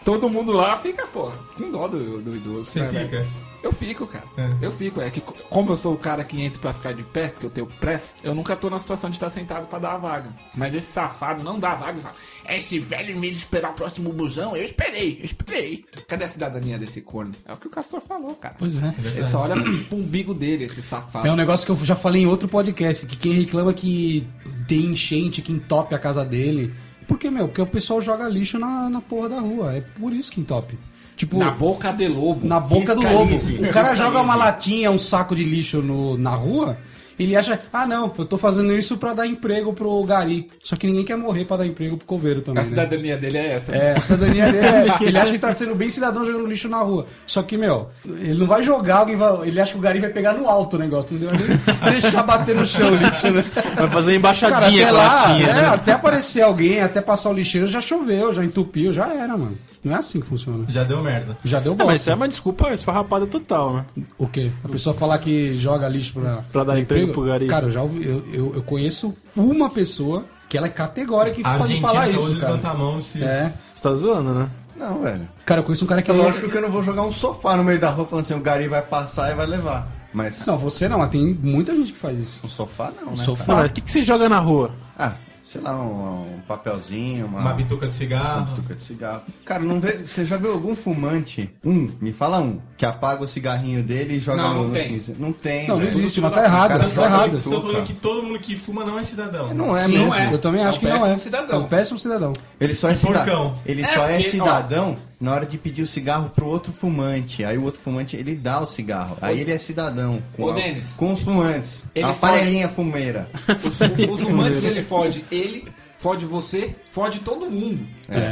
S3: Todo mundo lá fica, pô, com dó do, do idoso.
S2: Você
S3: né, velho?
S2: fica.
S3: Eu fico, cara.
S2: É.
S3: Eu fico. É que co- como eu sou o cara que entra pra ficar de pé, porque eu tenho pressa, eu nunca tô na situação de estar sentado pra dar a vaga. Mas esse safado não dá a vaga e fala: Esse velho me esperar o próximo busão, eu esperei, eu esperei. Cadê a cidadania desse corno? É o que o Castor falou, cara.
S5: Pois é.
S3: Ele só olha pro umbigo dele, esse safado.
S5: É um negócio que eu já falei em outro podcast, que quem reclama que tem enchente, que entope a casa dele. Por que, meu? Porque o pessoal joga lixo na, na porra da rua. É por isso que entope. Tipo,
S3: Na
S5: na,
S3: boca de lobo.
S5: boca do lobo.
S6: Fiscalize.
S5: O cara
S6: Fiscalize.
S5: joga uma latinha, um saco de lixo no, na rua, ele acha, ah não, eu tô fazendo isso pra dar emprego pro gari. Só que ninguém quer morrer pra dar emprego pro coveiro
S3: A
S5: também, né?
S3: cidadania dele é essa.
S5: É, a cidadania dele é. Ele acha que tá sendo bem cidadão jogando lixo na rua. Só que, meu, ele não vai jogar, alguém vai, ele acha que o gari vai pegar no alto o negócio, não vai nem deixar bater no chão o lixo, né?
S4: Vai fazer
S5: Cara,
S4: embaixadinha
S5: até
S4: com a
S5: lá,
S4: latinha,
S5: é,
S4: né?
S5: até aparecer alguém, até passar o lixeiro, já choveu, já entupiu, já era, mano. Não é assim que funciona.
S2: Já deu merda.
S5: Já deu
S4: Não,
S5: bosta.
S4: mas isso é uma desculpa esfarrapada total, né?
S5: O quê? A pessoa falar que joga lixo pra,
S4: Pra dar emprego pro gari.
S5: Cara, eu já ouvi, eu, eu, eu conheço uma pessoa que ela é categórica em
S2: A
S5: fa- em
S2: Argentina
S5: falar
S2: acabou de
S5: isso,
S2: levantar
S5: cara.
S2: a mão se.
S5: É.
S4: Você tá zoando, né?
S6: Não, velho.
S5: Cara, eu conheço um cara que
S6: É
S5: ele-
S6: lógico que eu não vou jogar um sofá no meio da rua falando assim, o gari vai passar e vai levar. Mas
S5: Não, você não, mas tem muita gente que faz isso.
S6: um sofá não, né?
S5: Sofá.
S4: Mano, o que, que você joga na rua?
S6: Ah, sei lá, um, um papelzinho, uma,
S2: Uma bituca de
S6: uma
S2: cigarro.
S6: bituca de cigarro. Cara, não vê, você já viu algum fumante? Um, me fala um, que apaga o cigarrinho dele e joga
S3: Não,
S6: no,
S3: não
S6: no
S3: tem.
S6: cinza. Não tem.
S5: Não, não
S6: velho.
S5: existe, mas tá
S6: O
S2: Então,
S5: errado,
S6: cara
S5: tá
S6: joga
S5: errado.
S6: em
S2: Estão falando
S6: cara.
S2: que todo mundo que fuma não é cidadão.
S6: Não é
S3: Sim,
S6: mesmo.
S3: não é.
S5: Eu também
S3: É um
S5: acho que não é.
S3: péssimo cidadão.
S5: É um péssimo cidadão.
S6: Ele só é cidadão.
S2: porcão.
S6: Ele
S3: É,
S6: só é
S3: porque, ó.
S6: cidadão na hora de pedir o cigarro pro outro fumante. Aí o outro fumante ele dá o cigarro. Aí ele é cidadão com,
S3: Ô,
S6: a-
S3: Denis.
S6: com os fumantes.
S3: Ele
S6: a
S3: fala-
S6: farelinha fumeira.
S3: Os, os humanos ele fode ele, fode você, fode todo mundo.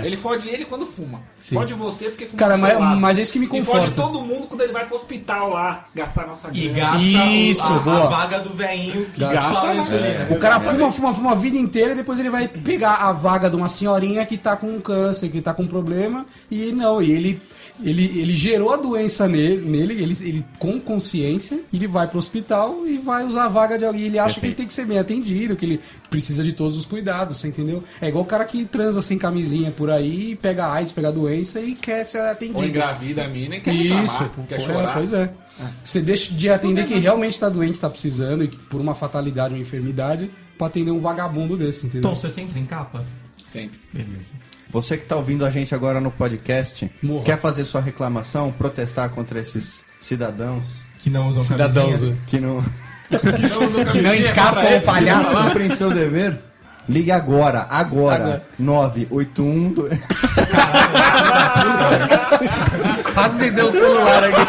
S3: Ele fode ele quando fuma.
S5: É. Sim.
S3: Fode você porque fuma
S5: Cara,
S3: do
S5: mas-
S3: seu lado.
S5: mas é isso que me
S3: E fode
S5: conforta.
S3: todo mundo quando ele vai pro hospital lá, gastar nossa
S2: E
S3: grana.
S2: gasta
S5: Isso,
S2: o- a- a,
S5: boa.
S2: vaga do velhinho que
S5: Gasta.
S2: só
S5: é
S2: né?
S5: O cara fuma, fuma, fuma a vida inteira e depois ele vai pegar a vaga de uma senhorinha que tá com câncer, que tá com problema, e não, e ele. Ele, ele gerou a doença nele, nele ele, ele com consciência, ele vai pro hospital e vai usar a vaga de alguém. Ele acha que ele tem que ser bem atendido, que ele precisa de todos os cuidados, você entendeu? É igual o cara que transa sem camisinha por aí, pega AIDS, pega doença e quer ser atendido.
S3: Ou engravida a mina e quer
S5: Isso,
S3: reclamar, quer
S5: é,
S3: chorar.
S5: pois é. Você deixa de atender quem realmente está doente, está precisando, e que por uma fatalidade ou enfermidade, pra atender um vagabundo desse, entendeu?
S2: Tom, você sempre encapa?
S3: Sempre.
S2: Beleza.
S6: Você que tá ouvindo a gente agora no podcast,
S5: Morra.
S6: quer fazer sua reclamação, protestar contra esses cidadãos
S2: Que não usam
S5: Cidadãos,
S2: camisinha.
S6: que não,
S3: Então, Eu uso
S5: que não
S3: camisinha pra
S5: encapam o
S3: ele.
S6: que não
S5: palhaço.
S6: cumprem seu dever? Ligue agora, agora.
S5: Agora.
S6: 981. do-
S5: Quase deu o celular aqui.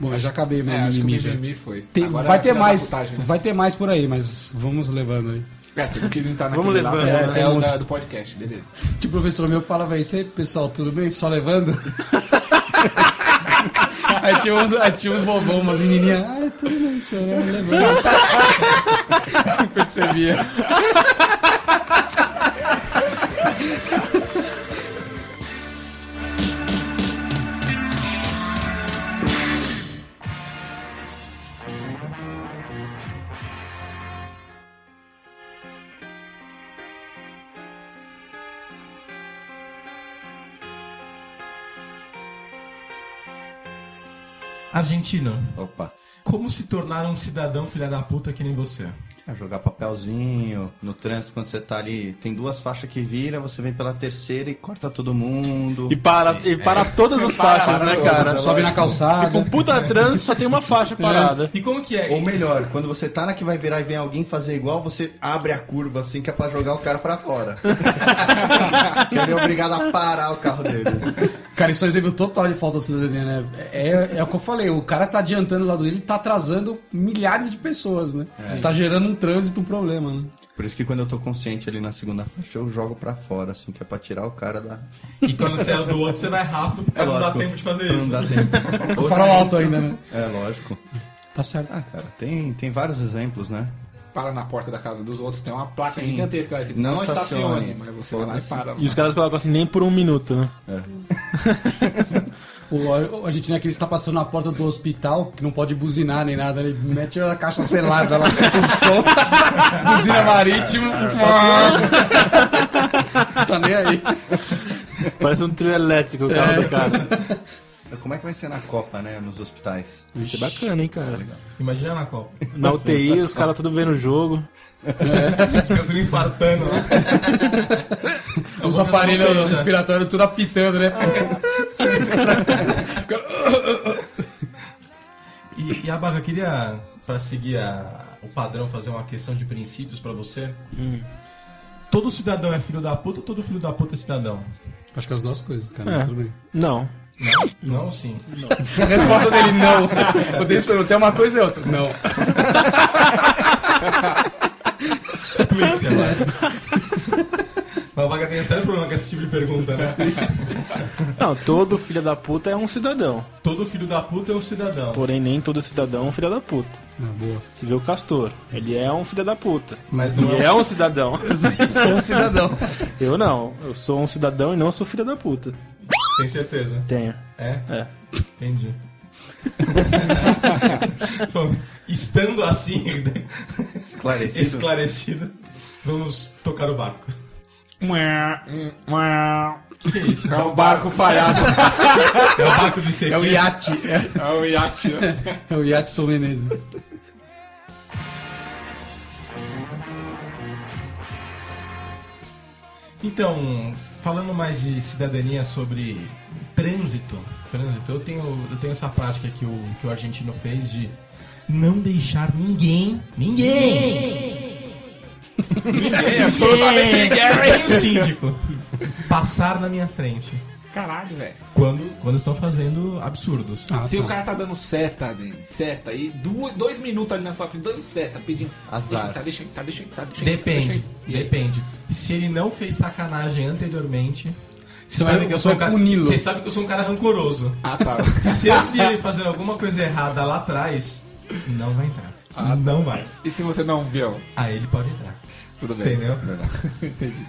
S5: Bom, eu já acabei meu
S3: É, acho que o
S5: mimimi,
S3: mimimi
S5: já.
S3: foi.
S5: Tem-
S3: Agora
S5: vai
S3: é a
S5: ter
S3: filha da
S5: mais,
S3: putagem, né?
S5: vai ter mais por aí, mas vamos levando aí.
S3: É, assim, que não tá naquele
S4: Vamos
S3: lá,
S4: levando,
S3: é,
S4: né?
S3: é o
S5: Tem
S3: da- do podcast, beleza.
S5: Que o professor meu falava isso aí, pessoal, tudo bem? Só levando? aí, tinha uns, aí tinha uns bobão, umas menininhas. Ah, tudo bem, senhor, eu levando. Não percebia.
S2: Argentina,
S6: Opa.
S2: como se tornar um cidadão filha da puta que nem você?
S6: É, jogar papelzinho no trânsito quando você tá ali. Tem duas faixas que vira, você vem pela terceira e corta todo mundo.
S4: E para, e É. para todas as faixas, né, cara?
S5: Sobe na calçada.
S4: Fica um puta trânsito, só tem uma faixa parada.
S2: E como que é?
S6: Ou melhor, quando você tá na que vai virar e vem alguém fazer igual, você abre a curva assim que é pra jogar o cara pra fora. que ele é obrigado a parar o carro dele.
S5: Cara, isso é um exemplo total de falta de cidadania, né? É, é o que eu falei, o cara tá adiantando o lado dele e tá atrasando milhares de pessoas, né? Tá gerando um trânsito, um problema, né?
S6: Por isso que quando eu tô consciente ali na segunda faixa, eu jogo pra fora, assim, que é pra tirar o cara da.
S5: Oh.
S2: E quando você é do outro, você vai rápido, porque não dá tempo de fazer isso.
S6: Não dá tempo.
S5: O farol alto ainda, né?
S6: É lógico.
S5: Tá certo.
S6: Ah, cara, tem, tem vários exemplos, né?
S3: Para na porta da casa dos outros, tem uma placa
S6: Sim.
S3: gigantesca lá, assim,
S6: Não
S3: não,
S6: estacione.
S3: estacione, mas você vai lá e para.
S4: E os caras colocam assim, nem por um minuto, né?
S5: O, a gente, né, que ele está passando na porta do hospital, que não pode buzinar nem nada, ele mete a caixa selada lá com som, buzina marítima. tá nem aí.
S4: Parece um trio elétrico o carro do cara.
S6: Como é que vai ser na Copa, né? Nos hospitais.
S4: Vai ser é bacana, hein, cara?
S2: Imagina na Copa.
S4: Na UTI, os caras tudo vendo o jogo.
S2: Os caras tudo infartando lá.
S5: Os
S2: vou pegar
S5: aparelhos
S2: um beijo, né?
S5: respiratórios tudo apitando, né?
S2: E, e Abarra, eu queria, pra seguir a- o padrão, fazer uma questão de princípios pra você. Todo cidadão é filho da puta ou todo filho da puta é cidadão?
S5: Acho que as duas coisas, cara, mas
S4: É.
S5: tudo bem.
S4: Não.
S2: Não, sim.
S5: A resposta dele, não. O Denis perguntou, é uma coisa e outra. Não.
S2: Explique, sei lá. Mas o Vaga tem um sério problema com esse tipo de pergunta, né?
S4: Não, todo filho da puta é um cidadão.
S2: Todo filho da puta é um cidadão.
S4: Porém, nem todo cidadão é um filho da puta.
S5: Ah, boa.
S4: Você vê o Castor, ele é um filho da puta.
S5: Mas não
S4: Ele é um cidadão.
S5: Sou um cidadão.
S4: Eu não. Eu sou um cidadão e não sou filho da puta.
S2: Tem certeza?
S4: Tenho.
S2: É?
S4: É.
S2: Entendi. Bom, Estando assim
S6: Esclarecido.
S2: esclarecido, vamos tocar o barco.
S3: É
S2: Que é isso?
S3: um barco falhado.
S2: É o barco de CQ?
S5: É o iate.
S3: É um iate. né?
S5: É o iate Tom Menezes.
S2: Então, falando mais de cidadania sobre trânsito, trânsito, eu tenho, eu tenho essa prática que o, que o argentino fez de não deixar ninguém, ninguém,
S3: Ninguém, absolutamente ninguém.
S2: nem É o síndico, passar na minha frente.
S3: Caralho, velho.
S2: Quando, quando estão fazendo absurdos.
S5: Ah,
S3: Se o cara tá dando seta, velho, seta, e du- dois minutos ali na sua frente, dando seta, pedindo.
S6: Azar.
S3: Deixa eu entrar, deixa eu entrar, deixa eu entrar, deixa eu
S2: Depende,
S3: entrar. Deixa eu entrar. E aí?
S2: depende. Se ele não fez sacanagem anteriormente,
S5: Você
S2: vocês sabem
S5: vai-
S2: que eu sou um
S5: vai
S2: cara,
S5: puni-lo.
S2: vocês sabem que eu sou um cara rancoroso.
S3: Ah, tá.
S2: Se eu vi ele fazendo alguma coisa errada lá atrás, não vai entrar.
S3: Ah, tá.
S2: não vai.
S3: E se você não viu?
S2: Aí ele pode entrar.
S3: Tudo bem.
S2: Entendeu?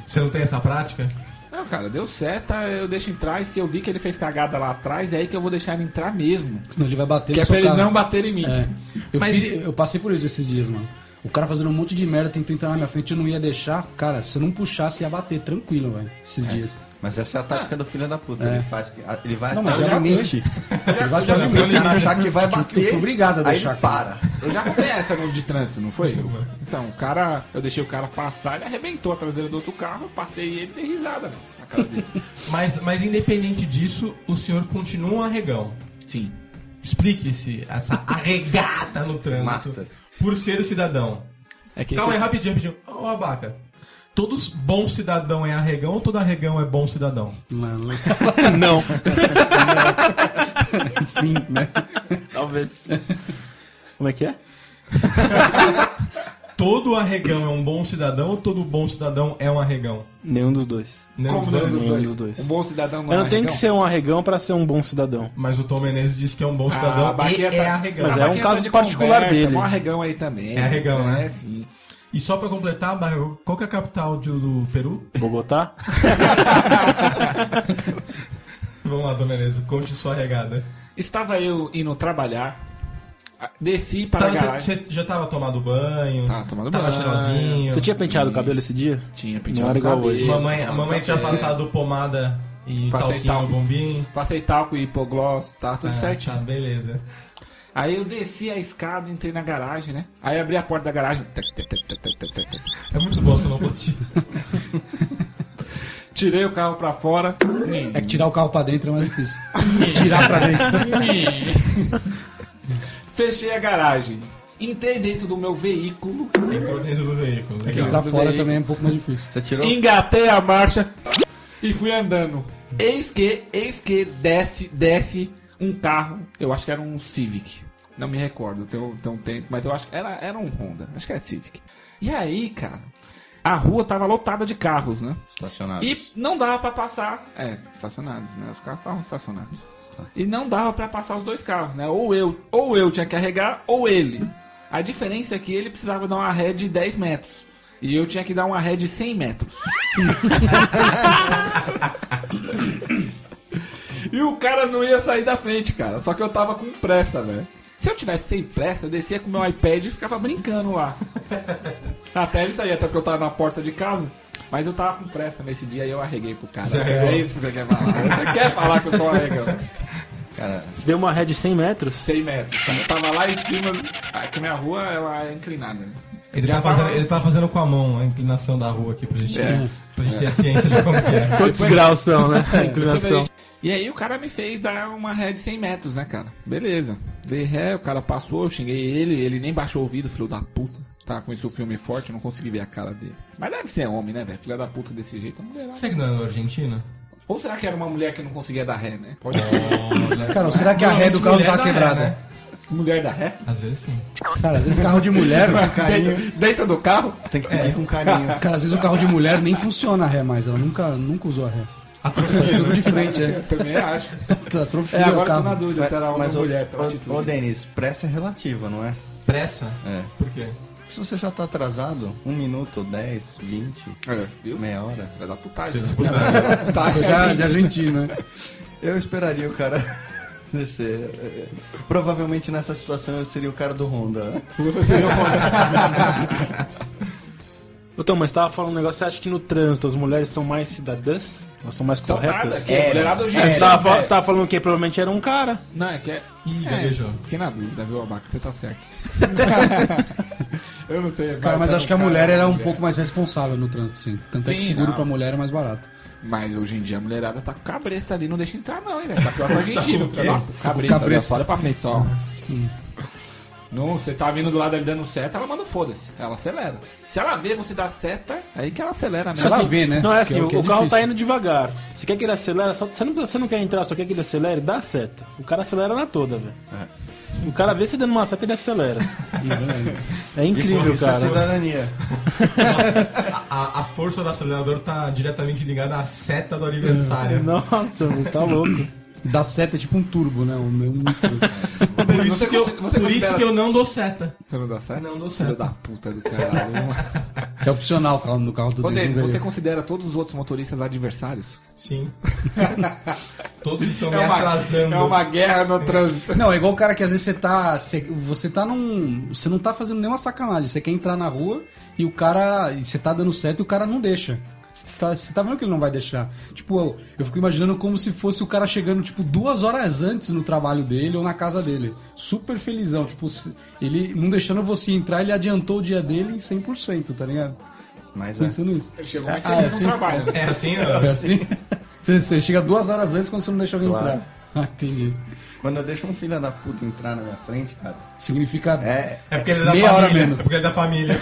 S2: Você não tem essa prática?
S3: Não, cara, deu seta, eu deixo entrar, e se eu vi que ele fez cagada lá atrás, é aí que eu vou deixar ele entrar mesmo.
S5: Senão ele vai bater
S3: Que é
S5: e
S3: pra ele
S5: socar.
S3: não bater em mim.
S5: É. Eu,
S2: Mas
S5: fiz-
S2: e-
S5: eu passei por isso esses dias, mano. O cara fazendo um monte de merda, tentou entrar na minha frente, eu não ia deixar. Cara, se eu não puxasse, ia bater tranquilo, velho, esses dias.
S6: Mas essa é a tática do filho da puta.
S5: É.
S6: Ele faz que. Ele vai
S5: Não, mas
S6: até
S5: já
S6: o
S5: bateu.
S6: limite.
S3: Eu já, eu já,
S6: Pra o cara achar que vai bater.
S5: Eu fui obrigado a
S6: aí
S5: deixar,
S6: ele
S5: cara.
S6: para.
S3: eu já contei essa no de trânsito, não foi? Então, o cara, eu deixei o cara passar, ele arrebentou a traseira do outro carro, eu passei ele e dei risada, velho, na cara dele.
S2: Mas, mas independente disso, o senhor continua um arregão.
S3: Sim.
S2: Explique-se essa arregata no trânsito.
S10: Master.
S2: Por ser cidadão.
S3: É que
S2: Calma
S3: esse-
S2: aí, rapidinho, rapidinho. Ô, abaca. Todos bom cidadão é arregão ou todo arregão é bom cidadão?
S4: Não.
S5: Sim, né?
S4: Talvez. Como é que é?
S2: Todo arregão é um bom cidadão ou todo bom cidadão é um arregão?
S4: Nenhum dos dois.
S2: Nenhum dos
S3: Como nenhum
S2: dois.
S3: dos
S4: Nenhum
S3: dois?
S4: dos dois.
S3: Um bom cidadão não
S4: Eu
S3: é
S4: não tenho que
S3: arregão?
S4: ser um arregão pra ser um bom cidadão.
S2: Mas o Tom Menezes disse que é um bom cidadão
S3: Ah,
S2: e
S3: Baqueta-
S2: é arregão.
S4: Mas é um
S3: Baqueta
S4: caso
S3: de
S4: particular
S3: conversa,
S4: dele.
S3: É um arregão aí também.
S2: É arregão, né?
S3: sim.
S2: E só pra completar, Baga, qual que é a capital de- do Peru?
S4: Bogotá?
S2: Vamos lá, Tom Menezes, conte sua regada.
S3: Estava eu indo trabalhar, ah, desci para
S2: Tava-
S3: a garagem.
S2: Tá, Você você já tava tomado banho?
S3: Tava tomando
S2: tava
S3: banho.
S2: cheirosinho?
S4: Você tinha penteado o cabelo esse dia?
S3: Tinha
S4: Não
S3: penteado
S4: era
S3: o
S4: igual
S3: cabelo.
S4: hoje.
S2: Mamãe, a
S3: tomado
S2: mamãe tinha
S3: café.
S2: passado pomada e
S3: Passei
S2: talquinho no
S3: talco.
S2: bombinho?
S3: Passei talco e hipogloss, tá tudo
S2: Ah,
S3: certinho.
S2: Tá, beleza.
S3: Aí eu desci a escada, entrei na garagem, né? Aí abri a porta da garagem. tac, tac, tac, tac, tac, tac, tac, tac.
S2: É muito bom seu nome.
S3: Tirei o carro pra fora.
S5: É que tirar o carro pra dentro é mais difícil. tirar pra dentro.
S3: Fechei a garagem. Entrei dentro do meu veículo.
S2: Entrou dentro do veículo.
S3: que
S2: Legal.
S5: Entrar fora também é um pouco mais difícil.
S10: Você tirou?
S3: Engatei a marcha e fui andando. Eis que, eis que desce, desce um carro. Eu acho que era um Civic. Não me recordo, tem um, tem um tempo, mas eu acho que era, era um Honda. Acho que era Civic. E aí, cara, a rua tava lotada de carros, né?
S10: Estacionado.
S3: E não dava pra passar. É, estacionados, né? Os carros estavam estacionados. E não dava pra passar os dois carros, né? Ou eu, ou eu tinha que carregar, ou ele. A diferença é que ele precisava dar uma ré de 10 metros. E eu tinha que dar uma ré de 100 metros. e o cara não ia sair da frente, cara. Só que eu tava com pressa, velho. Se eu tivesse sem pressa, eu descia com meu iPad e ficava brincando lá. Até ele sair, até porque eu tava na porta de casa. Mas eu tava com pressa nesse dia e eu arreguei pro cara.
S2: Você arregou?
S3: é isso que você quer falar. Você quer falar que eu sou um arregão?
S10: Cara,
S4: Você deu uma ré de 100 metros?
S3: 100 metros, cara. Eu tava lá em cima. Ah, que minha rua ela é inclinada.
S2: Ele tá,
S3: tava-
S2: fazendo, ele tá fazendo com a mão a inclinação da rua aqui pra gente,
S3: É.
S2: pra gente ter a ciência de como que é.
S4: Quantos graus são, né? A inclinação.
S3: E aí o cara me fez dar uma ré de 100 metros, né, cara? Beleza. Dei ré, o cara passou, eu xinguei ele, ele nem baixou o ouvido, filho da puta. Tá, começou o filme forte, eu não consegui ver a cara dele. Mas deve ser homem, né, velho? Filha da puta desse jeito. é mulherada.
S2: Será que não é argentino?
S3: Ou será que era uma mulher que não conseguia dar ré, né? Pode ser.
S5: Cara, será que a ré do carro
S2: Normalmente mulher
S5: não tá
S2: dá ré,
S5: quebrada?
S2: né?
S3: mulher da ré?
S2: Às vezes sim.
S5: Cara, às vezes carro de mulher.
S3: Dentro, dentro do carro?
S6: Você tem que pedir com carinho.
S5: Cara, às vezes o carro de mulher nem funciona a ré mais. Ela nunca, nunca usou a ré. Faz
S2: né?
S5: tudo de frente, é.
S3: Eu também acho.
S5: Tá atrofia
S3: É,
S5: o
S3: agora eu tô na
S5: carro.
S3: dúvida se era homem
S6: Mas,
S3: ou
S6: ô,
S3: mulher pela
S6: ô, ô
S3: atitude.
S6: Denis, pressa é relativa, não é?
S2: Pressa?
S10: É.
S2: Por quê?
S6: Se você já tá atrasado, um minuto, 10, 20,
S3: É, viu?
S6: meia hora.
S3: Filha da putagem.
S5: Coisa
S3: Putagem.
S5: Já de argentino, né?
S6: Eu esperaria o cara descer. É, é. Provavelmente nessa situação eu seria o cara do Honda. né?
S3: Você seria um homem.
S4: Então, mas tava falando um negócio, você acha que no trânsito as mulheres são mais cidadãs? Elas são mais
S3: São nada,
S4: corretas?
S3: que é né? mulherada hoje em
S4: A gente
S3: dia.
S4: tava fal- Você tava falando que provavelmente era um cara.
S3: Não, é que é.
S2: Ih,
S3: é,
S2: gaguejou.
S3: Fiquei na dúvida, viu, Abaca? Você tá certo. eu não sei.
S5: Cara, mas
S3: era
S5: acho que a
S3: um
S5: mulher
S3: cara,
S5: era um
S3: mulher.
S5: pouco mais responsável no trânsito, sim. Tanto é que
S3: Sim,
S5: seguro
S3: não.
S5: pra mulher é mais barato.
S3: Mas hoje em dia a mulherada tá com cabeça ali, não deixa entrar, não, hein, velho? Tá pior que o argentino.
S2: Tá com o quê?
S3: tá com cabeça,
S5: Cabresto.
S3: velho, só olha pra frente só. Não, você tá vindo do lado ali dando seta, ela manda o foda-se. Ela acelera. Se ela vê você dar seta, aí que ela acelera
S5: Se
S3: mesmo.
S5: ela vê, né?
S4: Não, é assim,
S5: Que
S4: o,
S5: que
S4: o carro tá
S5: difícil.
S4: indo devagar. Você quer que ele acelere, só- você, não, precisa- você não quer entrar, só quer que ele acelere, dá seta. O cara acelera na toda, velho. O cara vê você dando uma seta, ele acelera. é incrível,
S6: isso é
S4: cara.
S6: cidadania.
S2: A, a força do acelerador tá diretamente ligada à seta do aniversário.
S4: Nossa, mano, tá louco.
S5: Dá seta é tipo um turbo, né? O meu um turbo.
S2: Por isso,
S3: Você
S2: que eu,
S3: consi- você
S2: por isso
S3: considera-
S2: que eu não dou seta.
S3: Você não dá seta?
S2: Não dou
S3: Filho
S2: seta.
S3: da puta do caralho.
S5: É opcional o carro no carro do
S3: Ô,
S5: Denis,
S3: Denis,
S5: não
S3: você
S5: veio.
S3: considera todos os outros motoristas adversários?
S2: Sim. Todos estão me atrasando.
S3: é uma guerra no trânsito.
S5: Não, é igual o cara que às vezes você tá. Você, você tá num. Você não tá fazendo nenhuma sacanagem. Você quer entrar na rua e o cara. E você tá dando certo e o cara não deixa. Você tá, você tá vendo que ele não vai deixar. Tipo, eu, eu fico imaginando como se fosse o cara chegando, tipo, duas horas antes no trabalho dele ou na casa dele. Super felizão. Tipo, se- ele não deixando você entrar, ele adiantou o dia dele em 100%, tá ligado?
S6: Mas é.
S5: Pensando nisso.
S3: Ele chegou mais
S5: Ah,
S3: cedo
S5: é
S3: no
S5: assim?
S3: trabalho.
S2: É assim,
S5: É
S2: ó.
S5: assim? Você, você chega duas horas antes quando você não deixa alguém
S6: Claro.
S5: entrar. Entendi.
S6: Quando eu deixo um filho da puta entrar na minha frente, cara.
S5: Significa.
S6: É,
S2: É porque ele é da
S6: meia hora
S2: família.
S6: menos.
S2: É porque ele é da família.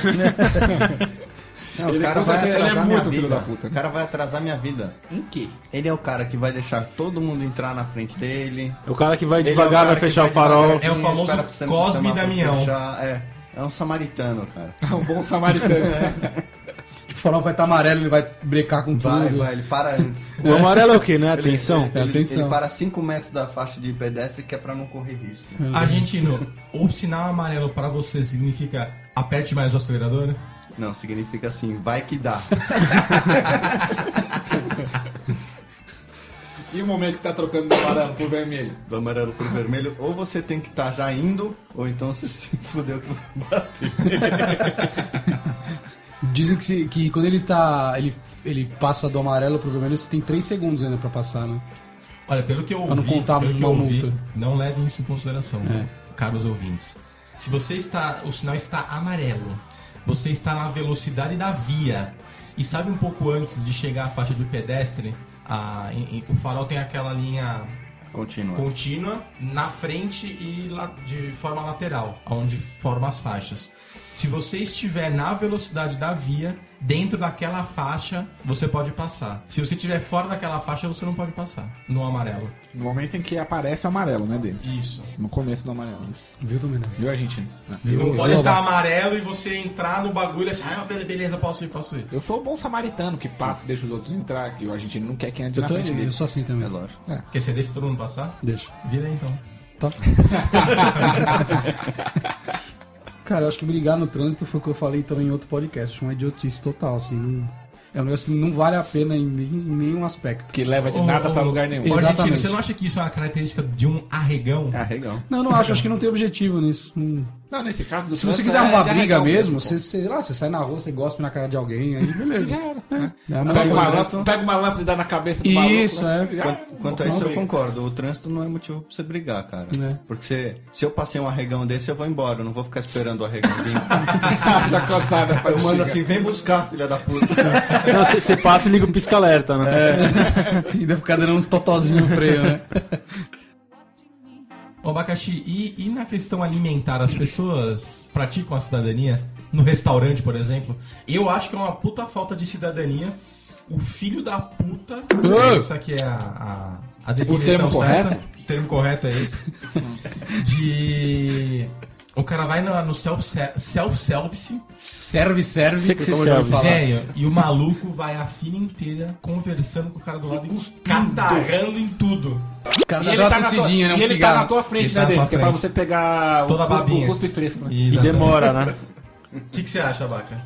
S6: Não, o
S3: Ele
S6: cara
S3: com
S6: vai
S3: certeza- ele é
S6: atrasar minha
S3: muito filho
S6: vida.
S3: da puta.
S6: O cara vai atrasar minha vida.
S3: Em quê?
S6: Ele é o cara que vai deixar todo mundo entrar na frente dele.
S4: É o cara que vai
S6: Ele é o
S4: devagar,
S6: cara
S4: vai
S6: que
S4: fechar o
S6: devagar,
S4: farol.
S6: assim,
S2: É o famoso
S6: espera pro sem-
S2: Cosme
S6: semáforo
S2: Damião.
S6: fechar. É, é um samaritano, cara.
S3: É um bom samaritano.
S5: Tipo, o farol vai estar amarelo, ele vai brecar com
S6: Vai,
S5: tudo.
S6: vai, ele para antes.
S4: O amarelo é o quê, né? Atenção.
S5: É,
S6: Ele,
S5: atenção.
S6: ele para 5 metros da faixa de pedestre que é pra não correr risco.
S2: Argentino, o sinal amarelo pra você significa aperte mais o acelerador?
S6: Não, significa assim, vai que dá.
S3: E o momento que tá trocando do amarelo pro vermelho?
S6: Do amarelo pro vermelho, ou você tem que estar já indo, ou então você se fudeu que vai bater.
S5: Dizem que, se- que quando ele tá. Ele, ele passa do amarelo pro vermelho, você tem 3 segundos ainda pra passar, né?
S2: Olha, pelo que eu
S5: Pra não
S2: ouvi,
S5: contar
S2: pelo que eu
S5: uma
S2: ouvi
S5: multa.
S2: não levem isso em consideração,
S5: É.
S2: caros ouvintes. Se você está, o sinal está amarelo, você está na velocidade da via e sabe um pouco antes de chegar à faixa de pedestre, a- em- em- o farol tem aquela linha
S6: Continua.
S2: contínua na frente e la- de forma lateral, onde formam as faixas. Se você estiver na velocidade da via, dentro daquela faixa, você pode passar. Se você estiver fora daquela faixa, você não pode passar. No amarelo.
S3: No momento em que aparece o amarelo, né, Denis?
S2: Isso.
S3: No começo do amarelo.
S5: Viu, Dominantes?
S3: Viu, Argentina?
S2: Não
S5: Viu,
S2: pode
S5: viu,
S2: estar
S5: Lobato?
S2: amarelo e você entrar no bagulho e achar, ah, beleza, beleza, posso ir, posso ir.
S3: Eu sou o bom samaritano que passa e deixa os outros entrar, que o argentino não quer quem ande
S5: Eu,
S3: na
S5: tô-
S3: frente
S5: eu
S3: dele.
S5: sou assim também.
S6: É lógico.
S2: Quer você deixa todo mundo passar?
S5: Deixa.
S2: Vira aí, então.
S5: Tá. Cara, eu acho que brigar no trânsito foi o que eu falei também em outro podcast. Uma idiotice total, assim. não- É um negócio que não vale a pena em nem- em nenhum aspecto.
S3: Que leva de
S2: Ô,
S3: nada
S2: ô,
S3: pra
S2: ô,
S3: lugar nenhum.
S2: ô, Argentino,
S5: Exatamente.
S2: você não acha que isso é uma característica de um arregão?
S6: Carregão.
S5: Não, não acho. Acho que não tem objetivo nisso. Não-
S3: Não, nesse caso do
S5: Se você
S3: trânsito,
S5: quiser
S3: é
S5: arrumar
S3: de
S5: briga
S3: arrancar o
S5: mesmo,
S3: pô.
S5: você, sei lá, você sai na rua, você gospe na cara de alguém, aí beleza.
S3: Já era. né?
S5: É, mas-
S3: Pega uma,
S6: Mas o
S3: lâmpada, pega uma lâmpada e dá na cabeça do maluco.
S5: Isso,
S3: né?
S5: é.
S3: Já-
S6: Quanto, quanto a isso, eu concordo. O trânsito não é motivo pra você brigar, cara.
S5: É.
S6: Porque se, se eu passei um arregão desse, eu vou embora. Eu não vou ficar esperando o arregão vir. Tá
S3: já cansado. rapaz,
S6: eu mando
S3: chega.
S6: assim, vem buscar, filha da puta.
S4: Não, você- Você passa e liga o pisca-alerta, né?
S5: Ainda ficar dando uns totozinhos no freio, né?
S2: Ô, Abacaxi, e, e na questão alimentar, as pessoas praticam a cidadania? No restaurante, por exemplo? Eu acho que é uma puta falta de cidadania. O filho da puta.
S5: Ô!
S2: Isso aqui é a, a, a definição
S3: termo
S2: certa.
S3: correto?
S2: O termo correto é esse. de. O cara vai no, no self-ser- self-service,
S5: Serve, serve. É,
S4: Você que se
S5: como eu já ouvi
S4: serve.
S5: falar.
S2: velho, e o maluco vai a fila inteira conversando com o cara do lado e catarrando em tudo.
S5: Cara,
S3: E
S5: dá
S3: ele,
S5: uma
S3: tá na, tua,
S5: tossidinha,
S3: e
S5: né? Um
S3: ele tá
S5: pigarro.
S3: na tua frente,
S2: Ele tá
S3: né,
S2: na
S3: Denis?
S2: tua
S3: Que é pra
S2: frente.
S3: você pegar
S2: Toda
S3: o cuspe,
S2: babinha.
S3: o cuspe fresco, né?
S4: E demora, né?
S2: O que, que você acha, Abaca?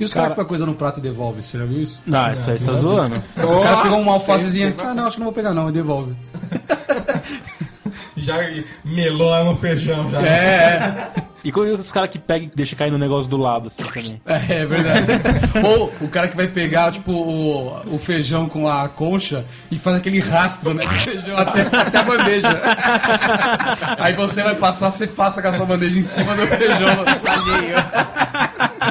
S5: E os caras que põem coisa no prato e devolve, você já viu isso?
S4: Não, isso aí você tá zoando.
S5: O cara pegou uma alfacezinha. Ah, não, acho que não vou pegar não, e devolve.
S2: Já melou no feijão, já.
S5: É.
S4: E quando os caras que pegam e deixam cair no negócio do lado, assim, também.
S5: É, é verdade. Ou o cara que vai pegar, tipo, o, o feijão com a concha e faz aquele rastro, né? do Feijão até, até a bandeja. Aí você vai passar, você passa com a sua bandeja em cima do feijão. alheio.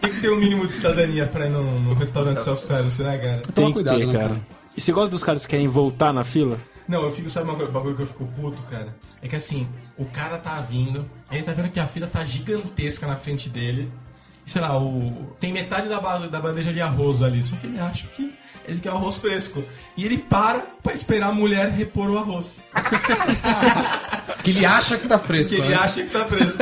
S2: Tem que ter um mínimo de cidadania pra ir num, num restaurante self-service, né, cara?
S5: Toma
S4: Tem que
S5: cuidado,
S4: ter,
S5: né,
S4: cara.
S5: cara?
S4: E você gosta dos caras que querem voltar na fila?
S2: Não, eu fico, sabe uma coisa, um bagulho que eu fico puto, cara? É que assim, o cara tá vindo, ele tá vendo que a fila tá gigantesca na frente dele. E, sei lá, o. Tem metade da, ba- da bandeja de arroz ali, só que ele acha que ele quer o arroz fresco. E ele para pra esperar a mulher repor o arroz.
S5: Que ele acha que tá fresco,
S2: Que ele
S5: né?
S2: acha que tá fresco.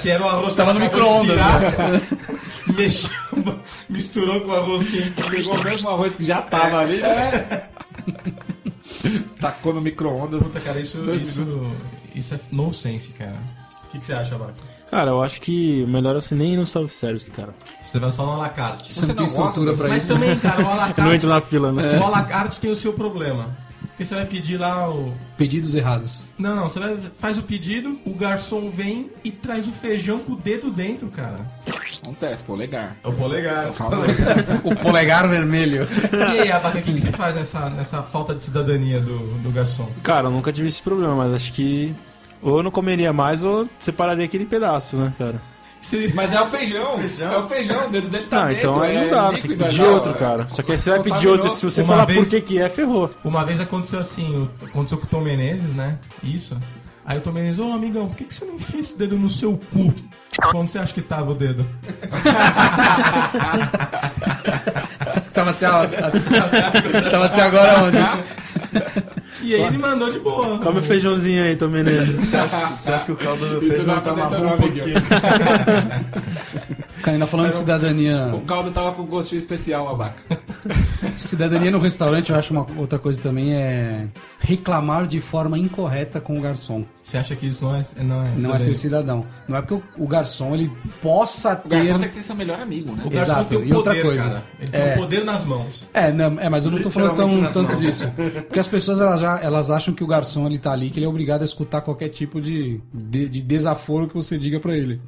S2: Que era o arroz
S5: Tava no
S2: que
S5: micro-ondas, né?
S2: tirar, Mexeu, misturou com o arroz quente.
S3: Pegou o mesmo arroz que já tava ali. Tacou no micro-ondas.
S2: Puta, cara, isso, isso, isso é nonsense, cara. O que, que você acha, Baco?
S4: Cara, eu acho que o melhor é você nem ir no self-service, cara.
S2: Você vai só no alacarte.
S5: Você não né? tem estrutura pra
S2: Mas
S5: isso.
S2: também, cara, o
S4: Eu não
S2: alacarte,
S4: entro na fila, né?
S2: o alacarte tem o seu problema. Porque você vai pedir lá o...
S5: Pedidos errados.
S2: Não, não, você vai, faz o pedido, o garçom vem e traz o feijão com o dedo dentro, cara.
S3: Acontece, pô, legal.
S2: É o polegar.
S5: O polegar vermelho.
S2: E aí, Abaca, o que, que você faz nessa, nessa falta de cidadania do, do garçom?
S4: Cara, eu nunca tive esse problema, mas acho que ou eu não comeria mais ou separaria aquele pedaço, né, cara?
S3: Mas é o feijão. É o feijão, o dedo dele tá
S4: Não,
S3: dentro.
S4: então aí
S3: é
S4: não dá, tem que
S3: líquido,
S4: pedir
S3: é da
S4: outro,
S3: hora.
S4: cara. Só que aí você vai pedir
S3: Contaminou.
S4: outro. Se você
S2: Uma
S4: falar
S2: vez-
S4: por que que é, ferrou.
S2: Uma vez aconteceu assim, o- aconteceu com o Tom Menezes, né? Isso. Aí o Tom Menezes, ô amigão, por que, que você não enfia esse dedo no seu cu? Como você acha que tava o dedo?
S5: Tava até, a- a- tava até agora onde?
S2: E aí ele mandou de boa.
S4: Come o feijãozinho aí, né? Tom Menezes.
S6: Você acha, você acha que o caldo do feijão
S3: Então
S6: tá
S3: dá pra
S6: marrom
S3: tentar,
S6: por
S3: amiguinho.
S6: quê?
S5: Cara, ainda falando de cidadania.
S3: O caldo tava com gostinho especial, a vaca.
S5: Cidadania no restaurante, eu acho uma outra coisa também é reclamar de forma incorreta com o garçom.
S2: Você acha que isso não é. Não é,
S5: Não é ser
S2: daí?
S5: cidadão. Não é porque o, o garçom ele possa
S3: O garçom
S5: ter.
S3: tem que ser seu melhor amigo, né?
S2: O garçom
S5: Exato,
S2: tem o
S5: e outra
S2: poder,
S5: coisa.
S2: cara. Ele tem
S5: É.
S2: o poder nas mãos.
S5: É, não, é, mas eu não tô falando tão,
S6: Literalmente nas
S5: tanto
S6: mãos.
S5: disso. Porque as pessoas elas, já, elas acham que o garçom ele tá ali, que ele é obrigado a escutar qualquer tipo de, de, de desaforo que você diga pra ele.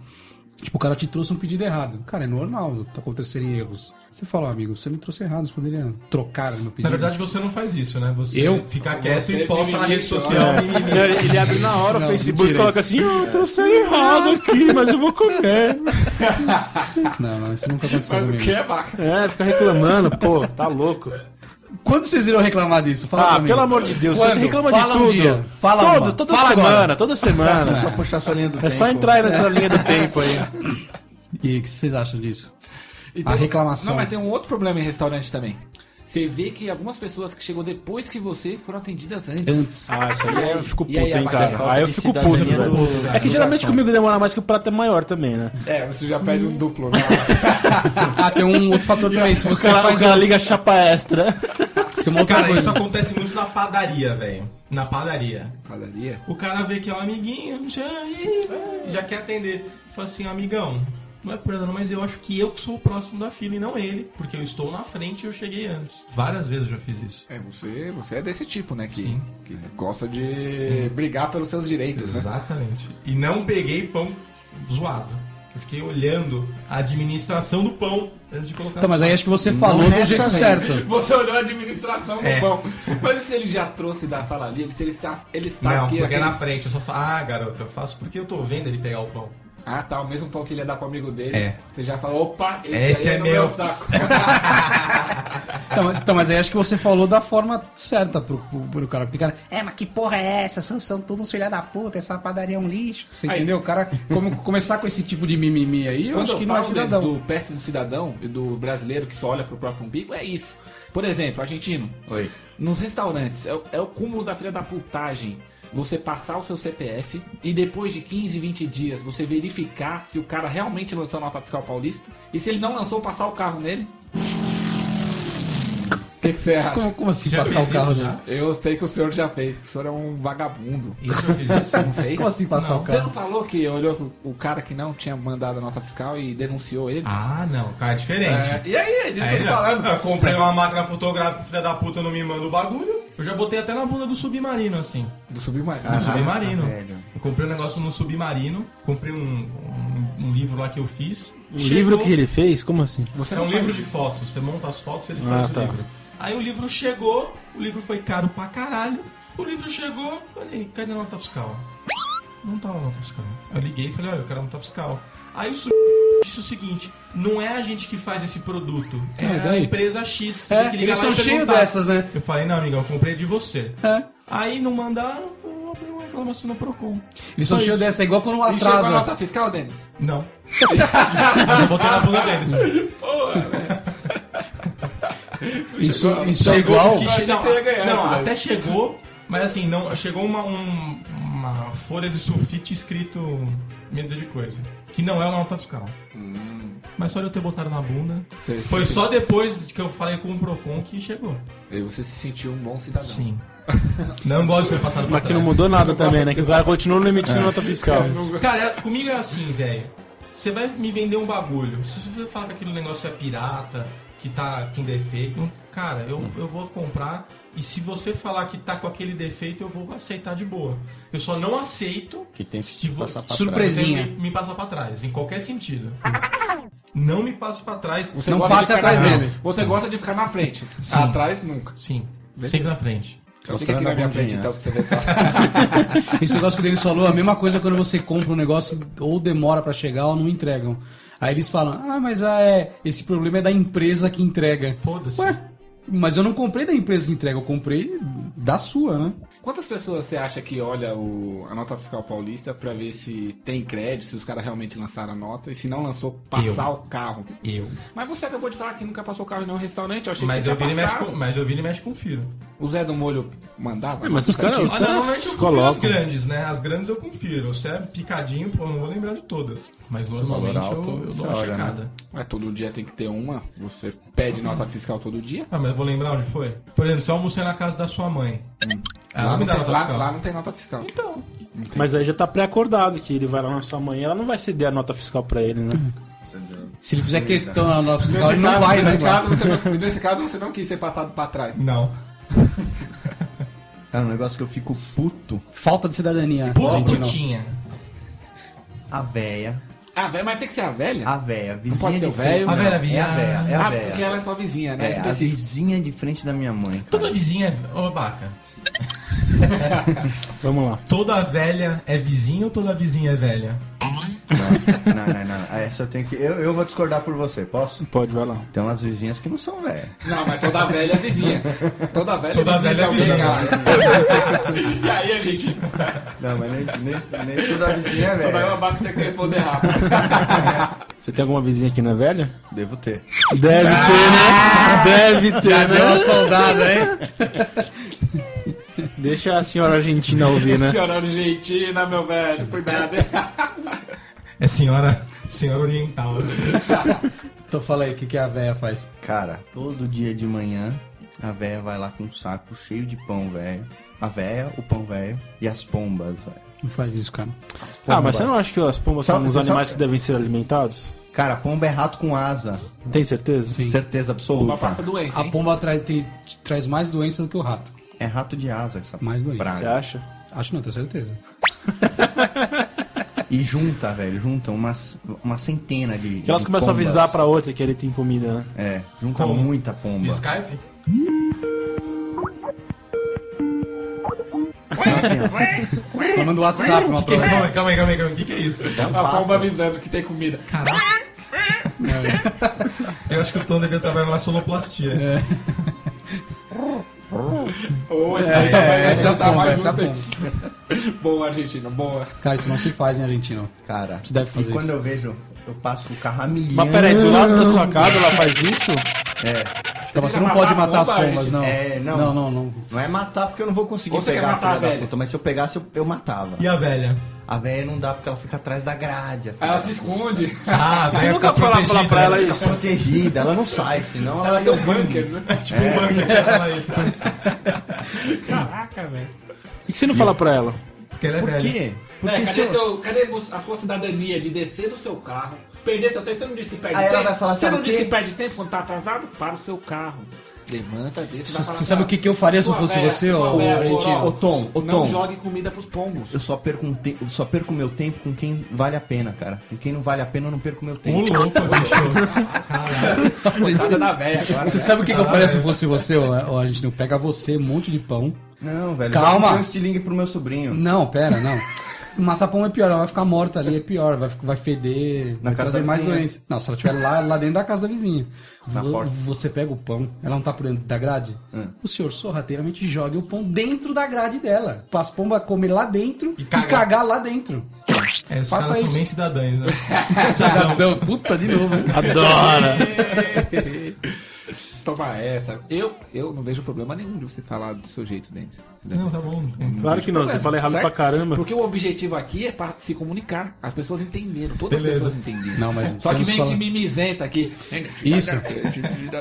S5: Tipo, o cara te trouxe um pedido errado. Cara, é normal tá acontecerem erros. Você fala, "Ó, amigo, você me trouxe errado, você poderia trocar meu pedido.
S2: Na verdade, você não faz isso, né? Você
S5: Eu?
S2: fica quieto
S3: Você
S2: e posta na rede
S3: mimimi,
S2: social.
S4: né?
S2: mimimi.
S4: Ele, ele abre na hora
S5: Não,
S4: o Facebook e
S5: mentira
S4: coloca assim: Ah, eu trouxe errado aqui, mas eu vou comer.
S5: Não, não, isso nunca aconteceu
S3: Mas o
S5: comigo.
S3: que é vaca?
S4: É, fica reclamando, pô, tá louco.
S5: Quando vocês viram reclamar disso? Fala pra
S4: Ah,
S5: mim.
S4: pelo amor de Deus,
S5: Quando?
S4: você reclama
S5: Fala
S4: de
S5: um
S4: tudo.
S5: dia. Fala
S4: Todo-
S5: uma.
S4: toda
S5: Fala
S4: semana,
S5: agora. um
S4: toda
S6: É só
S4: semana.
S6: puxar sua linha do tempo.
S4: É só entrar aí nessa linha do tempo aí.
S5: E aí, o que vocês acham disso?
S3: E
S5: A reclamação.
S3: Então, Não, mas tem um outro problema em restaurante também. Você vê que algumas pessoas que chegam depois que você foram atendidas antes.
S5: Antes.
S4: Ah, isso aí eu fico
S3: E
S4: puto,
S3: aí,
S4: hein,
S3: rapaz, é
S4: cara.
S6: falta
S4: Aí eu
S6: de
S4: fico puto,
S6: cidadania
S4: velho.
S6: do-
S4: É que
S6: do
S4: geralmente
S6: garçom.
S4: comigo demora mais que o prato é maior também, né?
S3: É, você já pede um duplo, né?
S5: Ah, tem um outro fator também. Se
S4: O
S5: você
S4: cara, o
S5: faz. um-
S4: cara liga chapa extra.
S5: Tem uma outra
S2: Cara,
S5: coisa.
S2: isso acontece muito na padaria, velho. Na padaria.
S3: Padaria.
S2: O cara vê que é um amiguinho, já, ih, já quer atender. Fala assim, amigão, não é por nada, não, mas eu acho que eu que sou o próximo da fila e não ele, porque eu estou na frente e eu cheguei antes. Várias vezes eu já fiz isso.
S3: É, você, você é desse tipo, né? Que,
S2: Sim.
S3: que gosta de brigar pelos seus direitos, né?
S2: Exatamente. E não peguei pão zoado. Eu fiquei olhando a administração do pão antes de colocar
S3: Tá,
S5: Então,
S2: no
S5: mas aí
S2: saco.
S5: acho que você falou do
S6: nessa
S5: jeito
S6: vez.
S5: certo.
S3: Você olhou a administração do
S2: É.
S3: pão. Mas e se ele já trouxe da sala livre? Se ele, sa- ele sabe
S2: Não,
S3: que tá
S2: porque é na
S3: aqueles-
S2: frente. Eu só falo, ah, garoto, eu faço porque eu tô vendo ele pegar o pão.
S3: Ah, tá, o mesmo pão que ele ia dar pro amigo dele.
S2: É.
S3: Você já falou, opa,
S2: Esse
S3: aí
S2: é
S3: no
S2: meu.
S3: saco.
S5: Então, então, mas aí acho que você falou da forma certa pro, pro, pro cara. Porque o cara, é, mas que porra é essa? São, são todos filha da puta, essa padaria é um lixo. Você
S3: Aí.
S5: entendeu? O cara, como, começar com esse tipo de mimimi aí, eu
S3: Quando
S5: acho que
S3: eu
S5: não é
S3: falo
S5: cidadão.
S3: deles do péssimo cidadão e do brasileiro que só olha pro próprio umbigo, é isso. Por exemplo, argentino,
S6: Oi.
S3: nos restaurantes, é, o- é o cúmulo da filha da putagem. Você passar o seu CPF e depois de 15, 20 dias você verificar se o cara realmente lançou a nota fiscal paulista e se ele não lançou, passar o carro nele. O que, que você acha?
S5: Como, como assim
S2: Já
S5: passar
S2: fez
S5: o carro
S2: isso,
S5: nele?
S2: já?
S3: Eu sei que o senhor já fez, que o senhor é um vagabundo.
S2: Isso eu fiz isso.
S3: Não fez?
S5: Como assim passar
S2: Não,
S5: o
S3: Você
S5: carro?
S3: não falou que olhou que o cara que não tinha mandado a nota fiscal e denunciou ele?
S2: ah, não, cara, é diferente.
S3: É, e aí, é disso
S2: Aí
S3: que eu tô
S2: já-
S3: falando.
S2: Eu comprei uma máquina fotográfica, filha da puta não me manda o bagulho. Eu já botei até na bunda do submarino, assim.
S3: Do submarino.
S4: Ah,
S2: Do
S4: tá
S2: submarino.
S6: velho.
S2: Eu comprei um negócio no submarino. Comprei um, um- um livro lá que eu fiz.
S4: O Um livro que ele fez? Como assim?
S3: Você
S2: É um
S3: não faz
S2: livro de
S3: isso.
S2: fotos. Você monta as fotos ele
S4: Ah,
S2: faz
S4: tá.
S2: o livro. Aí o livro chegou, o livro foi caro pra caralho. O livro chegou, falei, cadê a nota fiscal? Não tava a nota fiscal. Eu liguei e falei, olha, eu quero a nota fiscal. Aí o su... disse o seguinte, não é a gente que faz esse produto, é
S5: Ah,
S2: a
S5: daí?
S2: empresa X. Você
S5: É,
S2: tem que ligar
S5: eles
S2: lá
S5: são
S2: e
S5: cheios
S2: perguntar.
S5: dessas, né?
S2: Eu falei, não, amigo, eu comprei de você.
S5: É.
S2: Aí não mandaram, eu abri uma reclamação no Procon.
S5: Eles são
S2: Só
S5: cheios
S2: isso.
S5: dessa, é igual quando
S3: E chegou a
S5: atrasa.
S3: nota fiscal, Denis?
S2: Não. Mas eu botei na bunda deles.
S5: Isso, isso é igual.
S2: Que
S3: Achei
S2: che-
S3: que você ia ganhar,
S2: não,
S3: velho.
S2: até chegou, mas assim, não, chegou uma, um- uma folha de sulfite escrito menos de coisa. Que não é uma nota fiscal.
S4: Hum.
S2: Mas só de eu ter botado na bunda.
S3: Você-
S2: Foi
S3: você-
S2: só depois que eu falei com o Procon que chegou.
S3: E você se sentiu um bom cidadão.
S2: Sim. Não gosto de ter passado pra
S4: Mas que não
S2: trás.
S4: mudou nada também, né? Que o cara continuou não emitindo nota fiscal.
S2: Cara, é- comigo é assim, velho. Você vai me vender um bagulho. Se você falar que aquele negócio é pirata, que tá com defeito, cara, eu, eu vou comprar. E se você falar que tá com aquele defeito, eu vou aceitar de boa. Eu só não aceito
S10: Que tente
S2: que
S10: te
S2: vo-
S10: passar pra
S5: Surpresa.
S10: trás.
S2: você
S5: Presinha.
S2: me, me passar pra trás, em qualquer sentido. Não me passe pra trás.
S3: Você
S5: Não
S3: gosta
S5: passe
S3: de ficar
S5: atrás
S3: na-
S5: dele.
S3: Você gosta de ficar na frente.
S2: Sim.
S3: Atrás, nunca.
S2: Sim, sempre na frente.
S3: Fica aqui
S11: Mostrando
S3: na
S11: a
S3: minha frente,
S11: bundinha.
S3: então, pra você ver só.
S5: Esse negócio que o Denis falou, a mesma coisa quando você compra um negócio ou demora pra chegar ou não entregam. Aí eles falam, ah, mas ah, é, esse problema é da empresa que entrega.
S2: Foda-se.
S5: Ué, mas eu não comprei da empresa que entrega, eu comprei da sua, né?
S3: Quantas pessoas você acha que olha o- a nota fiscal paulista pra ver se tem crédito, se os caras realmente lançaram a nota e se não lançou, passar
S2: Eu.
S3: o carro?
S2: Eu.
S3: Mas você acabou de falar que nunca passou o carro em nenhum restaurante, eu achei
S2: Mas
S3: que você
S2: eu, vira e
S3: tinha
S2: mexe
S3: passado.
S2: com, mas eu vira e mexe confiro.
S3: O Zé do Molho mandava?
S2: É,
S3: mas os caras-
S2: Ah,
S3: os caras
S2: normalmente eu confiro
S3: colocam.
S2: as grandes, né? As grandes eu confiro. Se é picadinho, pô, eu não vou lembrar de todas. Mas normalmente
S3: Valor alto,
S2: eu, eu
S3: você
S2: dou uma
S3: olha, né?
S2: checada.
S3: Mas todo dia tem que ter uma, você pede nota fiscal todo dia.
S2: Ah, mas eu vou lembrar onde foi? Por exemplo, se eu almocei na casa da sua mãe. Ela
S3: Lá
S2: Ah, não me dá
S3: não, tem,
S2: nota
S3: lá-
S2: fiscal.
S3: lá não tem nota fiscal.
S2: Então.
S4: Mas aí já tá pré-acordado que ele vai lá na sua mãe e ela não vai ceder a nota fiscal pra ele, né?
S5: Se ele fizer questão na nota fiscal, ele
S3: Nesse
S5: não
S3: caso-
S5: vai, né?
S3: nesse caso,
S5: mano?
S3: você não- Nesse caso, você não quis ser passado pra trás.
S2: Não.
S6: Cara, um negócio que eu fico puto.
S5: Falta de cidadania.
S6: Puto ou
S5: argentina.
S2: putinha?
S6: A véia.
S3: A velha, mas tem que ser a velha?
S6: A véia, vizinha
S3: Não pode ser
S6: de
S3: o velho.
S6: frente-
S3: não.
S6: É a véia, é a
S3: Ah,
S6: véia.
S3: porque ela é só vizinha, né?
S6: É, a
S3: Específica.
S6: vizinha de frente da minha mãe.
S2: Toda vizinha é. Ô, babaca.
S4: Vamos lá.
S2: Toda velha é vizinha ou toda vizinha é velha?
S6: Não, não, não. Essa eu tenho que. Eu, eu vou discordar por você, posso?
S4: Pode, vai lá.
S6: Tem umas vizinhas que não são velhas.
S3: Não, mas toda velha é vizinha. Toda velha
S2: Toda
S3: é vizinha.
S2: velha é
S3: de alguém, cara. e aí a gente.
S6: Não, mas nem, nem, nem toda vizinha é
S3: Só vai
S6: velha.
S3: uma barba que você quer responder rápido.
S4: Você tem alguma vizinha que não é velha?
S6: Devo ter.
S4: Deve ter, né? Deve ter,
S5: Já
S4: né?
S5: deu uma soldada, hein?
S4: Deixa a senhora argentina ouvir, né?
S3: Senhora Argentina, meu velho, cuidado.
S2: É senhora, senhora oriental.
S5: Então fala aí, o que, que a véia faz?
S6: Cara, todo dia de manhã a véia vai lá com um saco cheio de pão, velho. A véia, o pão velho e as pombas, velho.
S5: Não faz isso, cara.
S4: Ah, mas você não acha que as pombas
S6: Só-
S4: são os
S6: só-
S4: animais que devem ser alimentados?
S6: Cara, pomba é rato com asa.
S4: Tem certeza? Sim.
S6: Certeza absoluta.
S3: doença,
S5: A pomba tra- te- te traz mais doença do que o rato.
S6: É rato de asa essa
S5: Mais doença.
S4: Você
S6: praga.
S4: acha?
S5: Acho não, tenho certeza.
S6: E junta, velho, junta umas, uma centena de.
S4: Que elas
S6: de
S4: começam
S6: pombas.
S4: a avisar pra outra que ele tem comida, né?
S6: É, junta
S2: Como?
S6: muita pomba.
S2: Skype?
S5: Ela manda o WhatsApp uma
S2: Que-
S5: pra
S2: calma aí, calma aí, calma aí. calma aí. O que, que é isso?
S3: A pomba avisando que tem comida.
S2: Eu acho que o Tom devia trabalhar na sonoplastia.
S3: É. Ou esse daí tá-
S5: essa é a
S3: tá
S5: pomba,
S3: mais
S5: essa é a
S3: justo aí. Boa, Argentina, boa.
S5: Cara, isso não se faz né, em Argentina.
S6: Cara,
S5: Você deve fazer
S6: e quando
S5: isso.
S6: eu vejo, eu passo com o carro a milhão.
S4: Mas peraí, do lado da sua casa ela faz isso?
S5: Então você não
S3: matar
S5: pode
S3: a
S5: matar as
S3: pomba,
S5: pombas,
S3: gente.
S5: não.
S6: É, não.
S5: Não, não, não.
S6: Não é matar porque eu não vou conseguir
S3: Ou você
S6: pegar
S3: quer
S6: a
S3: matar
S6: filha
S3: a
S6: da
S3: velha?
S6: puta, mas se eu pegasse, eu, eu matava.
S2: E a velha?
S6: A velha não dá porque ela fica atrás da grade. a
S3: Aí
S6: filha
S3: ela
S6: da
S3: se
S6: puta.
S3: esconde.
S2: Ah, a velha
S4: nunca
S2: fica
S4: fala- fala
S2: protegida.
S4: pra ela
S2: né?
S6: Ela fica protegida, ela não sai, senão ela,
S3: Ela tem um
S6: vai.
S3: bunker, né?
S2: Tipo
S5: É.
S2: um bunker, fala isso.
S3: Caraca, velho.
S4: E que você não fala pra ela?
S2: Porque ela é
S6: Por
S2: velha.
S6: quê?
S3: É,
S6: Porque
S3: cadê,
S6: se eu-
S3: teu- cadê vo- a sua cidadania de descer do seu carro, perder seu tempo? Você não disse que perde
S6: Aí ela
S3: tempo?
S6: vai falar,
S3: você
S6: sabe
S3: não
S6: o
S3: disse
S6: quê?
S3: que perde tempo quando tá atrasado? Para o seu carro. Levanta, desce, vai falar
S5: Você
S3: pra
S5: sabe
S3: ela,
S5: o que, que eu faria se eu
S3: "Sua
S5: um fosse
S6: é.
S3: véia,
S5: você,
S3: sua
S5: ó,
S3: véia,
S5: Argentina?
S3: goró,
S6: Ô, Tom, ô,
S3: Não
S6: Tom.
S3: jogue comida pros pombos.
S6: Eu só perco, um te... eu só perco meu tempo com quem vale a pena, cara. Com quem não vale a pena, eu não perco meu
S2: Ô
S6: tempo.
S2: louco, bicho.
S3: Coitada da velha agora.
S5: Você sabe o que, que eu faria se eu fosse você, ó, ó, Argentina? Pega você, um monte de pão.
S6: Não, velho.
S5: Calma.
S6: Eu já comprei um estilingue pro meu sobrinho.
S5: Não, pera, não. Matar pomba é pior, ela vai ficar morta ali, é pior, vai, vai feder,
S6: Na
S5: vai
S6: casa
S5: trazer
S6: da
S5: mais
S6: vizinha.
S5: doença. Não, se ela estiver lá, lá dentro da casa da vizinha.
S6: Na
S5: Vo-
S6: porta.
S5: Você pega o pão, ela não tá por dentro da grade?
S6: Hum.
S5: O senhor sorrateiramente joga o pão dentro da grade dela. As pombas comer lá dentro e,
S2: cagar.
S5: cagar lá dentro.
S2: É, os
S5: Faça
S2: caras
S5: isso.
S2: são bem cidadãos, né?
S5: Cidadão, puta de novo. hein?
S4: Adora!
S3: Toma essa. Eu, eu não vejo problema nenhum de você falar do seu jeito, Dentes.
S2: Não, tá bom.
S4: Claro que não, você fala errado
S3: Certo?
S4: pra caramba.
S3: Porque o objetivo aqui é para se comunicar. As pessoas entenderam, todas
S2: Beleza.
S3: as pessoas entenderam.
S5: Não, mas
S3: Só que
S5: temos
S3: vem
S5: que
S3: esse
S5: falar-
S3: mimizento aqui.
S5: Isso.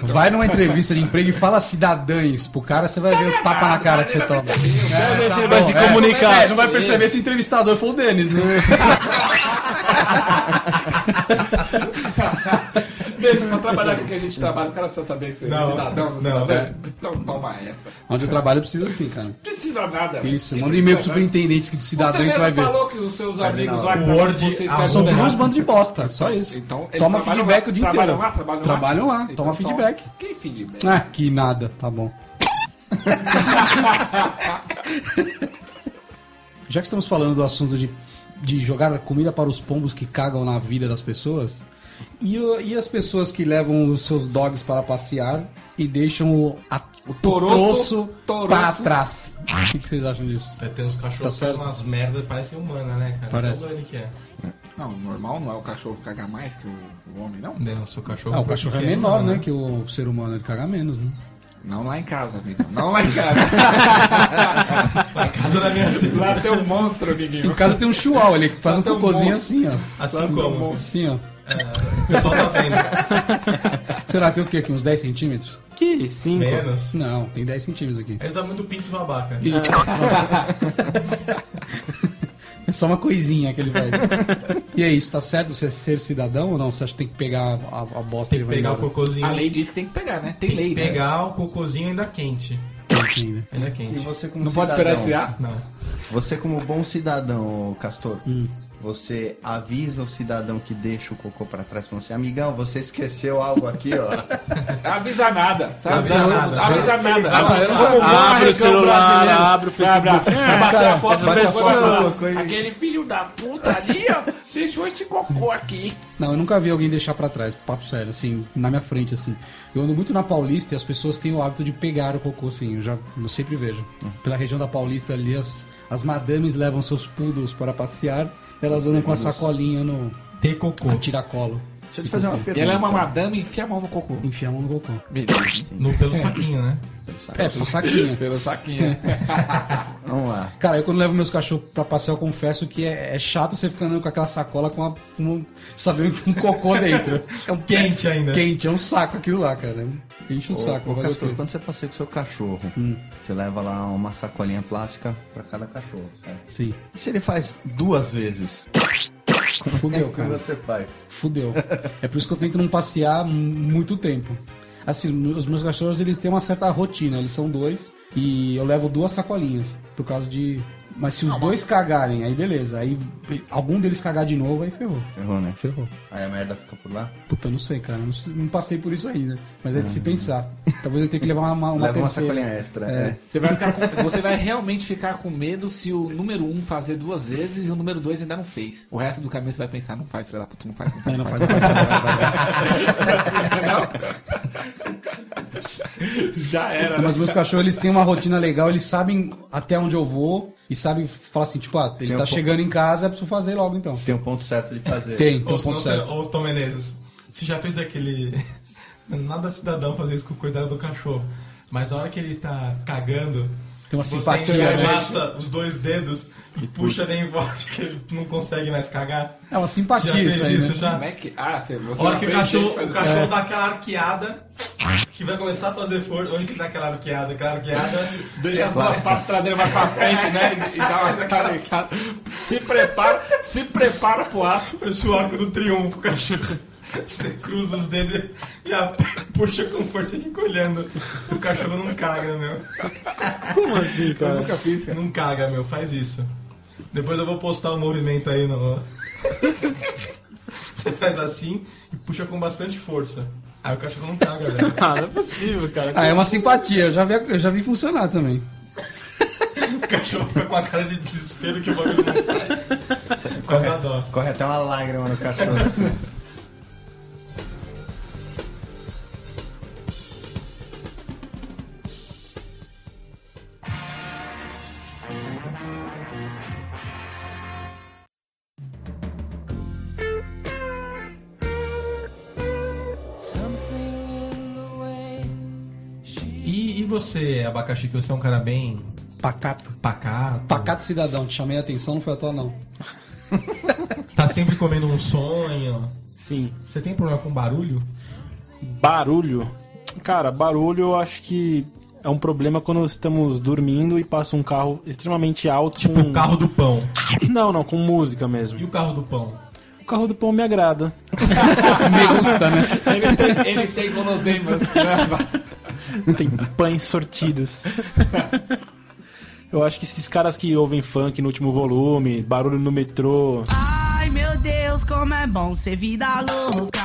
S5: Vai numa entrevista de emprego e fala cidadãs pro cara, você vai ver o tapa na cara que você toma.
S4: Quer ver se ele vai se
S5: É,
S4: comunicar?
S5: não vai perceber se o entrevistador for o Denis, né?
S3: Mesmo pra trabalhar com o que a gente trabalha, o cara precisa saber se é
S2: Não,
S3: cidadão, não,
S2: não,
S3: cidadão. Então toma essa. Não
S5: Onde eu trabalho precisa sim, cara.
S3: precisa nada.
S5: Isso,
S3: velho.
S5: manda um e-mail pro
S3: Precisa
S5: superintendente que de
S3: nada.
S5: cidadão e você vai
S3: mesmo
S5: ver.
S3: falou que os seus amigos lá que
S2: O
S3: tá
S2: Word,
S3: com vocês
S2: a
S3: tá
S5: São
S3: tudo
S5: todos
S3: errado.
S5: bandos de bosta, só isso.
S3: Então, eles
S5: toma
S3: trabalham
S5: feedback
S3: lá- Então,
S5: o dia
S3: trabalham
S5: inteiro.
S3: Lá, trabalham lá,
S5: Trabalham lá,
S3: Então
S5: toma feedback.
S3: Que feedback?
S5: Ah, que nada, tá bom. Já que estamos falando do assunto de, de jogar comida para os pombos que cagam na vida das pessoas, e, o- e as pessoas que levam os seus dogs para passear e deixam o, a, o
S12: Toroço,
S5: troço
S12: toroço.
S5: para trás. O que, que vocês acham disso?
S2: É, tem uns
S5: Tá
S2: cachorros que
S5: certo.
S2: falam umas merdas parecem humana, né, cara?
S5: Parece.
S2: Olha que é.
S3: Não, normal não é o cachorro cagar mais que o, o homem, não?
S2: Não, o seu cachorro.
S5: Ah, o cachorro é menor, né? Que o ser humano ele caga menos, né?
S3: Não lá em casa, amigão. Não lá em casa.
S2: lá né? em casa da minha
S3: cidade. Lá tem um monstro, amiguinho.
S5: Em casa tem um chihuahua, ele faz um
S12: Tá
S3: tem um
S5: cocôzinho
S3: monstro.
S5: assim, ó.
S2: Assim
S5: Lá tem um
S2: como?
S5: monstro, Assim, ó.
S2: O pessoal tá vendo.
S5: Sei lá, tem o quê aqui? Uns 10 centímetros?
S4: Que 5?
S2: Menos.
S5: Não, tem 10 centímetros aqui.
S2: Ele tá muito pinto babaca.
S5: É só uma coisinha que ele faz. e é isso, tá certo você ser cidadão ou não? Você acha que tem que pegar a, a bosta e
S2: Tem que
S5: vai
S2: pegar um o
S5: embora?
S2: cocôzinho.
S3: A lei diz que tem que pegar, né? Tem,
S2: tem
S3: lei,
S2: que
S3: né?
S2: pegar o cocôzinho ainda quente.
S5: Enfim, né?
S2: Ainda quente.
S6: E você como
S3: Não pode esperar esse
S6: cidadão,
S3: ar?
S2: Não.
S6: Você como bom cidadão, Castor,
S5: Hum.
S6: você avisa o cidadão que deixa o cocô pra trás, falando assim, amigão, você esqueceu algo aqui, ó.
S3: Avisa nada, sabe?
S2: Avisa nada.
S3: Avisa nada.
S6: Avisa
S3: Como
S6: nada.
S3: bom
S4: Abre o
S3: arregão
S4: celular,
S3: brasileiro.
S4: abre o Facebook.
S3: Vai, vai, vai bater a foto
S4: essa
S3: da
S4: pessoa-
S3: pessoa.
S6: Cocô e-
S3: Aquele filho da puta ali, ó, deixou este cocô aqui.
S5: Não, eu nunca vi alguém deixar pra trás, papo sério, assim, na minha frente, assim. Eu ando muito na Paulista e as pessoas têm o hábito de pegar o cocô, assim, eu já eu sempre vejo. Pela região da Paulista ali, as, as madames levam seus poodles para passear, elas andam com a sacolinha no
S2: Tem cocô.
S5: no tiracolo.
S6: Deixa eu te fazer uma pergunta.
S3: E ela é uma madame e enfia a mão no cocô.
S5: Enfia a mão no cocô.
S2: No, pelo saquinho, né?
S5: É, pelo saquinho.
S3: Pelo saquinho. é.
S6: Vamos lá.
S5: Cara, eu quando levo meus cachorros pra passear, eu confesso que é, é chato você ficar andando com aquela sacola com, uma, com um- sabendo que tem um cocô dentro. É um
S2: Quente ainda.
S5: quente, é um saco aquilo lá, cara. Enche o
S6: Ô,
S5: saco. Hum.
S6: ô,
S5: fazer o
S6: Castor,
S5: quê?
S6: quando você passeia com o seu cachorro, você leva lá uma sacolinha plástica pra cada cachorro, certo?
S5: Sim.
S6: E se ele faz duas vezes?
S5: Fudeu,
S6: O que
S5: cara.
S6: você faz?
S5: Fudeu. É por isso que eu tento não passear m- muito tempo. Assim, os meus cachorros, eles têm uma certa rotina. Eles são dois e eu levo duas sacolinhas por causa de... Mas se os dois cagarem, aí beleza. Aí algum deles cagar de novo, aí ferrou.
S6: Errou, né?
S5: Ferrou.
S6: Aí a merda fica por lá.
S5: Puta, eu não sei, cara. Eu Não, sei- não passei por isso ainda. Mas é de se pensar. Talvez eu tenha que levar uma, É uma, uma
S6: Leva uma
S5: terceira.
S6: sacolinha extra.
S5: É.
S6: é.
S3: Você vai, ficar com- você vai realmente ficar com medo se o número 1 um fazer duas vezes e o número 2 ainda não fez. O resto do caminho você vai pensar, não faz, filha da puta, não faz, não faz.
S5: É, não
S3: não
S5: faz nada.
S3: Já era. né?
S5: Mas meus cachorros, eles têm uma rotina legal. Eles sabem até onde eu vou. E sabem falar assim, tipo, ah, ele
S6: Tem um
S5: tá
S6: ponto.
S5: chegando em casa, eu preciso fazer logo então.
S6: Tem um ponto certo de fazer.
S5: Tem, tem
S2: Ou
S5: um
S2: senão
S5: ponto
S2: você.
S5: certo.
S2: Ô, Tom Menezes, você já fez aquele. Nada cidadão fazer isso com o cuidado do cachorro. Mas a hora que ele tá cagando.
S5: Tem uma
S2: você
S5: simpatia, né?
S2: entrelaça os dois dedos e puxa bem forte que ele não consegue mais cagar.
S5: É uma
S2: Você já
S5: simpatia
S2: fez
S5: isso aí,
S2: isso
S5: né?
S2: já?
S3: Como é que. Ah, você, você
S2: A hora
S3: já
S2: que o
S3: fez
S2: cachorro,
S3: isso, faz
S2: o
S3: isso.
S5: é.
S2: cachorro dá aquela arqueada, que vai começar a fazer força. Onde que ele dá aquela arqueada? Aquela arqueada.
S3: Deixa as duas patas traseiras mais pra frente, né? E dá uma carecada. Se prepara, se prepara pro ato.
S2: Parece o arco do triunfo, o cachorro. Você cruza os dedos e a- puxa com força e fica olhando. O cachorro não caga, meu.
S4: Como assim,
S3: Eu
S4: cara?
S3: nunca fiz, cara.
S2: Não caga, meu. Faz isso. Depois eu vou postar o movimento aí no. Você faz assim e puxa com bastante força. Aí o cachorro não caga, velho.
S4: Ah, não é possível, cara.
S5: Ah, é uma simpatia. Eu já vi, eu já vi funcionar também.
S2: O cachorro fica com uma cara de desespero que o bagulho não sai. Por causa da dó.
S6: Corre até uma lágrima no cachorro. assim.
S2: E, e você, abacaxi, que você é um cara bem
S5: Pacato.
S2: pacato,
S5: Pacato cidadão. Te chamei a atenção, não foi à toa, não.
S2: tá sempre comendo um sonho.
S4: Sim.
S2: Você tem problema com barulho?
S4: Barulho. Cara, barulho eu acho que é um problema quando estamos dormindo e passa um carro extremamente alto. Tipo
S2: O carro do pão.
S4: Não, não, com música
S2: E
S4: mesmo.
S2: o carro do pão?
S4: O carro do pão me agrada.
S5: Me gusta, né?
S3: Ele tem, ele tem né? guloseimas.
S4: Tem pães sortidos. Eu acho que esses caras que ouvem funk no último volume, barulho no metrô.
S8: Ai meu Deus, como é bom ser vida louca.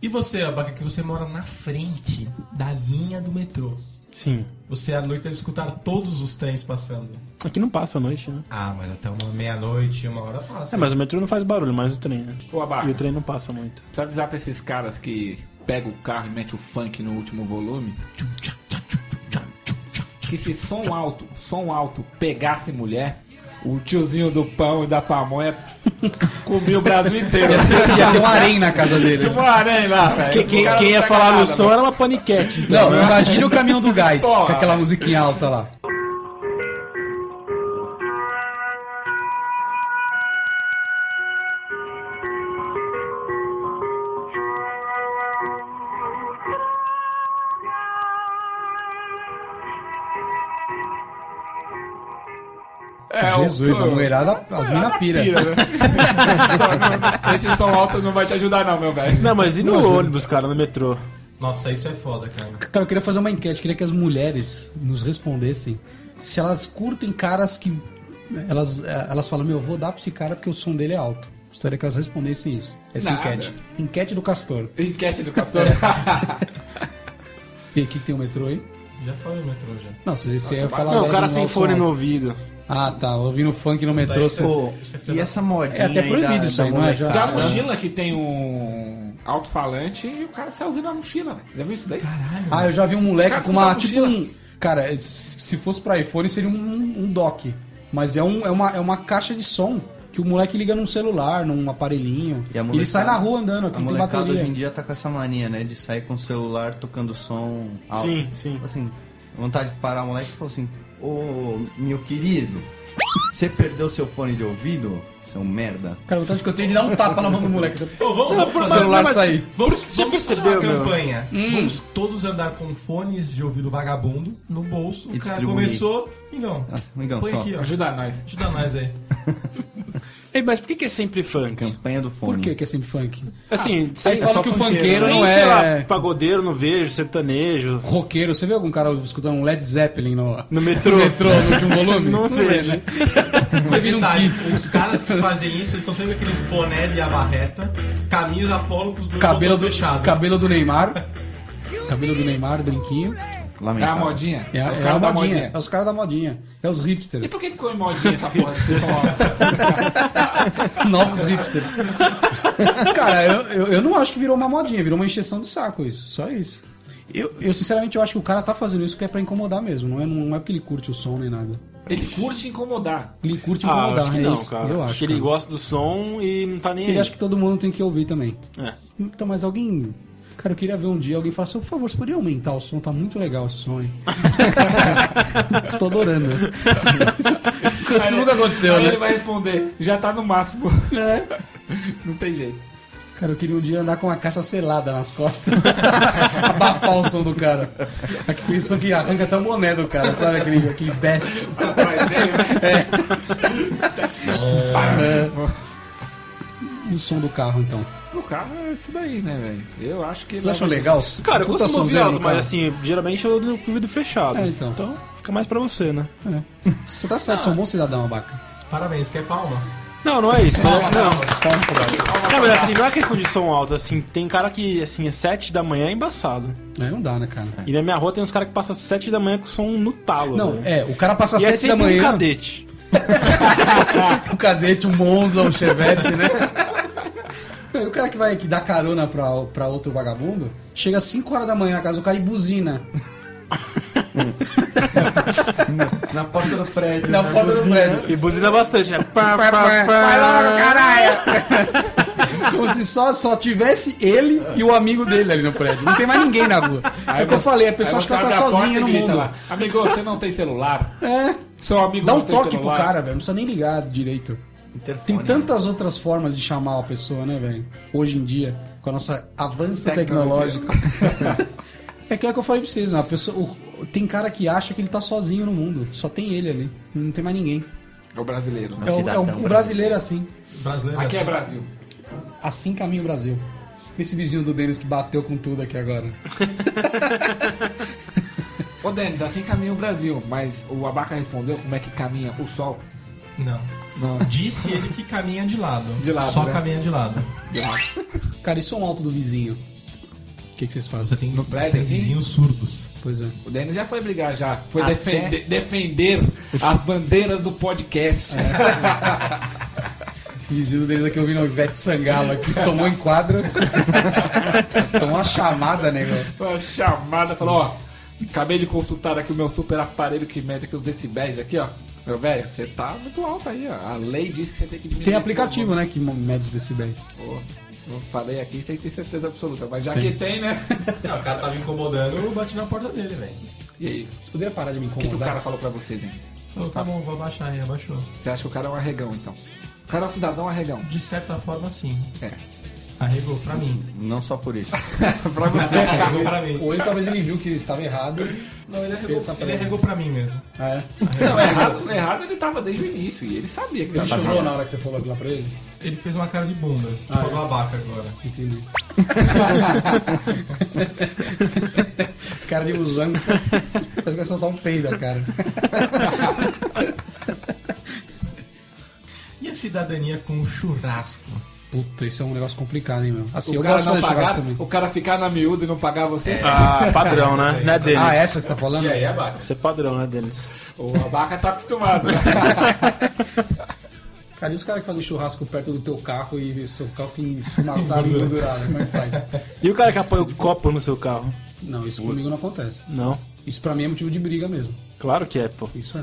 S2: E você, Abaca, que você mora na frente da linha do metrô.
S4: Sim.
S2: Você à noite deve escutar todos os trens passando.
S4: Aqui não passa à noite, né?
S2: Ah, mas até uma meia-noite, uma hora passa.
S4: É, mas o metrô não faz barulho, mas o trem, né?
S3: Pô, Abaca.
S4: E o trem não passa muito.
S3: Precisa avisar pra esses caras que pegam o carro e metem o funk no último volume. Que se som alto, som alto pegasse mulher, o tiozinho do pão e da pamonha comia o Brasil inteiro.
S13: Ia ter um harém na casa dele.
S3: Tinha um harém lá, velho.
S4: Quem, quem-
S3: O cara
S4: quem
S3: não
S4: ia
S3: pega
S4: falar no
S3: nada,
S4: som
S3: mano.
S4: era uma paniquete.
S13: Não,
S4: Então, né?
S13: imagine o caminhão do gás com
S3: Porra.
S13: aquela musiquinha alta lá.
S3: É, o-
S13: Jesus, a mulherada, as minas pira.
S3: né? Esse som alto não vai te ajudar, não, meu velho.
S4: Não, mas e no ônibus, cara, no metrô?
S2: Nossa, isso é foda, cara.
S5: Cara, eu queria fazer uma enquete, queria que as mulheres nos respondessem se elas curtem caras que. Elas, eh, elas falam, meu, eu vou dar pra esse cara porque o som dele é alto. Gostaria que elas respondessem isso. Essa
S3: Nada.
S5: enquete. Enquete do Castor.
S3: Enquete do Castor.
S5: E aqui que tem o metrô aí?
S2: Já falei o metrô já.
S5: Não, se você ia falar.
S4: Não, o
S5: agora
S4: cara
S5: de um
S4: sem
S5: alto
S4: fone
S5: som
S4: no
S5: alto.
S4: ouvido.
S5: Ah, tá. Ouvindo funk no metrô.
S2: isso é-
S5: pô.
S2: isso é filha
S6: E
S2: da-
S6: essa modinha
S5: É até
S6: aí
S5: proibido
S6: da-
S5: isso aí, não é? Já-
S6: molecada?
S3: Da mochila que tem um alto-falante e o cara sai ouvindo a mochila, velho. Já viu isso daí?
S5: Ah, eu já vi um moleque
S3: Cara,
S5: com uma.
S3: você
S5: Tipo
S3: tá com
S5: um. Cara, se se fosse pra iPhone seria um, um dock. Mas é, um, é, uma, é uma caixa de som que o moleque liga num celular, num aparelhinho.
S6: E a
S5: ele
S6: molecada-
S5: sai na rua andando, aqui
S6: A
S5: não tem
S6: molecada
S5: bateria.
S6: hoje em dia tá com essa mania, né? De sair com o celular tocando som alto.
S4: Sim, sim.
S6: Assim, vontade de parar o moleque e falar assim: Ô, meu querido, você perdeu seu fone de ouvido? Seu merda.
S5: Cara, a vontade que eu tenho de dar um tapa na mão do moleque. Você-
S2: Ô, vamos, vamos
S5: pro
S2: fazer-
S5: celular
S2: mas
S5: sair.
S2: Vamos,
S4: você
S2: vamos fazer
S4: percebeu,
S2: uma
S4: meu?
S2: campanha.
S5: Hum.
S2: Vamos todos andar com fones de ouvido vagabundo no bolso. O
S6: E
S2: cara
S6: distribuir.
S2: começou. Mingão,
S6: Ah, amigão,
S2: põe
S6: toma.
S2: aqui, ó.
S3: Ajuda nós.
S2: Ajuda nós aí.
S4: Ei, mas por que, que é sempre funk?
S6: Campanha do fone.
S5: Por que que é sempre funk?
S4: Assim,
S5: Aí
S4: sem,
S5: fala que o funkeiro
S4: nem,
S5: não
S4: né? sei lá,
S5: é
S4: pagodeiro, não vejo, sertanejo,
S5: roqueiro. Você viu algum cara escutando um Led Zeppelin no,
S4: no metrô.
S5: metrô no último volume?
S4: Não
S5: é,
S4: vejo.
S5: né? um Mas ele não
S2: Detalhe,
S5: quis.
S2: Os caras que fazem isso, eles são sempre aqueles boné de abarreta, camisa polo com os dois
S5: Cabelo do,
S2: botões fechados.
S5: cabelo do Neymar. Cabelo do Neymar, brinquinho.
S3: É a
S6: Lamentável.
S3: modinha.
S5: É,
S3: os
S5: é
S3: caras
S5: a
S3: da
S5: modinha.
S3: modinha.
S5: É os caras da modinha. É os
S3: E
S5: hipsters.
S3: por que ficou em modinha essa porra? Vocês falam, tá
S5: Novos hipsters. Cara, eu, eu, eu não acho que virou uma modinha, virou uma encheção de saco isso. Só isso. Eu, eu sinceramente eu acho que o cara tá fazendo isso que é pra incomodar mesmo. Não é, não é porque ele curte o som nem nada.
S3: Ele curte incomodar.
S5: Ele curte
S4: Ah,
S5: incomodar.
S4: eu acho que
S5: é
S4: não,
S5: isso.
S4: cara.
S5: Eu
S4: acho que ele
S5: cara.
S4: gosta do som e não tá nem aí.
S5: Ele acha que todo mundo tem que ouvir também.
S4: É.
S5: Então, mas alguém. Cara, eu queria ver um dia alguém falar assim, por favor, você poderia aumentar o som? Tá muito legal esse som, hein? Estou adorando. Isso nunca aconteceu,
S3: Aí
S5: né?
S3: ele vai responder, já tá no máximo.
S5: É.
S3: Não tem jeito.
S5: Cara, eu queria um dia andar com uma caixa selada nas costas. Abafar o som do cara. Aquele som que arranca até o boné do cara, sabe? Aquele, aquele bass. né? É.
S4: É.
S5: E o som do carro, então.
S3: No carro é isso daí, né, velho? Eu acho que...
S5: Vocês
S3: lá
S5: acham
S3: vai-
S5: legal?
S4: Cara, eu
S5: Puta
S4: gosto de
S5: sonzeiro
S4: alto,
S5: no
S4: mas
S5: carro.
S4: assim, geralmente eu dou com o ouvido fechado.
S5: É, então.
S4: fica mais pra você, né?
S5: É. Você tá
S4: ah.
S5: certo, sou um bom cidadão, abaca.
S2: Parabéns, quer palmas?
S4: Não, não é isso. Não, não. Não, mas assim, não é questão de som alto, assim, tem cara que, assim, é 7 da manhã é embaçado.
S5: É, não dá, né, cara?
S4: E na minha rua tem uns caras que passam 7 da manhã com som no talo.
S5: Não,
S4: velho.
S5: é, o cara passa
S4: E é
S5: sete da
S4: sempre um
S5: manhã.
S4: cadete.
S5: o cadete,
S3: um
S5: o Monza, o Chevette, né? Não, e o cara que vai que dá carona pra, pra outro vagabundo, chega às 5 horas da manhã na casa do cara e buzina
S6: Na porta do prédio.
S5: na
S6: né?
S5: porta do prédio.
S4: E buzina bastante, né? Pá, pá, pá.
S5: Vai logo, caralho! Como se só, só tivesse ele e o amigo dele ali no prédio. Não tem mais ninguém na rua. é o que eu falei, a pessoa
S3: Aí
S5: acha que ela
S3: você
S5: tá
S3: abre a porta
S5: sozinha
S3: e
S5: no
S3: grita
S5: mundo.
S3: lá, Amigo, você não tem celular?
S5: É,
S3: Seu amigo
S5: dá
S3: não
S5: um
S3: tem
S5: toque pro
S3: celular.
S5: cara, velho. Não precisa nem ligar direito. Tem
S6: Interfone.
S5: tantas outras formas de chamar a pessoa, né, velho? Hoje em dia, com a nossa avança
S3: Tecnologia.
S5: tecnológica. é que é o que eu falei pra vocês, né? A pessoa, o- tem cara que acha que ele tá sozinho no mundo. Só tem ele ali. Não tem mais ninguém.
S3: É o brasileiro.
S5: É o, é o- o
S6: cidadão
S5: brasileiro é assim.
S2: Brasileiro
S3: Aqui é
S2: assim.
S3: Brasil.
S5: Assim caminha o Brasil. Esse vizinho do Denis que bateu com tudo aqui agora.
S3: Ô, Denis, assim caminha o Brasil. Mas o Abaca respondeu como é que caminha o sol.
S5: é-
S2: Não.
S3: Não.
S2: Disse ele que caminha de lado.
S3: De lado,
S2: Só
S3: né?
S2: caminha de lado.
S5: Cara, e som alto é um do vizinho? que, que vocês fazem?
S2: Tem
S3: No prédio,
S2: tem
S3: assim?
S2: vizinhos surdos.
S5: Pois é.
S3: O Denis já foi brigar já. Foi
S2: Até-
S3: defender, defender as bandeiras do podcast.
S5: Vizinho deles aqui ouvindo o Ivete Sangalo aqui, tomou em quadra. tomou uma chamada, né, nego.
S3: Uma chamada, falou, ó, acabei de consultar aqui o meu super aparelho que mede aqui os decibéis aqui, ó. Meu velho, você tá muito alto aí, ó. A lei diz que você tem que diminuir.
S5: Tem
S3: esse
S5: aplicativo, né, que mede os decibéis.
S3: Pô, eu falei aqui sem ter certeza absoluta, mas já
S5: Tem.
S3: que tem, né?
S2: Não, o cara tava incomodando, eu bati na porta dele, velho.
S3: E aí?
S5: Você poderia parar de me
S3: O que,
S5: incomodar?
S3: que o cara falou pra você, Denis?
S2: Falou, tá bom, vou abaixar, ele abaixou.
S3: Você acha que o cara é um arregão, então? O cara é um cidadão arregão.
S2: De certa forma, sim.
S3: É.
S2: Arregou pra mim.
S6: Não só por isso.
S3: pra você,
S2: Arregou pra mim.
S5: Ou ele, talvez ele viu que estava errado.
S2: Não, ele arregou,
S5: Fez essa
S2: ele
S5: pra-
S2: arregou pra mim mesmo.
S5: Ah, é?
S3: Não, errado, errado ele tava desde o início e ele sabia que
S5: Ele tá
S3: tava
S5: chorou
S3: errado.
S5: na hora que você falou aquilo lá pra ele?
S2: Ele fez uma cara de bunda, tipo
S5: Ah, é.
S2: a babaca agora.
S5: Entendi. cara de usando. Parece que vai soltar um peido, cara.
S2: E a cidadania com o churrasco?
S5: Puta, isso é um negócio complicado, hein, meu? Assim,
S3: o
S5: eu
S3: cara
S5: gosto
S3: não
S5: de pagar
S3: pagar,
S5: também.
S3: o cara ficar na miúda e não pagar você.
S4: Ah, padrão, né? Né, Denis?
S5: Ah, essa que você tá falando?
S2: E aí, abaca?
S4: Isso é padrão, né, Denis?
S3: O abaca tá acostumado.
S5: Cara, e os caras que fazem churrasco perto do teu carro e seu carro fica esfumaçado e engordurado? Como é que faz?
S4: E o cara que apoia o copo no seu carro?
S5: Não, isso comigo não acontece.
S4: Não.
S5: Isso pra mim é motivo de briga mesmo.
S4: Claro que é, pô.
S5: Isso é.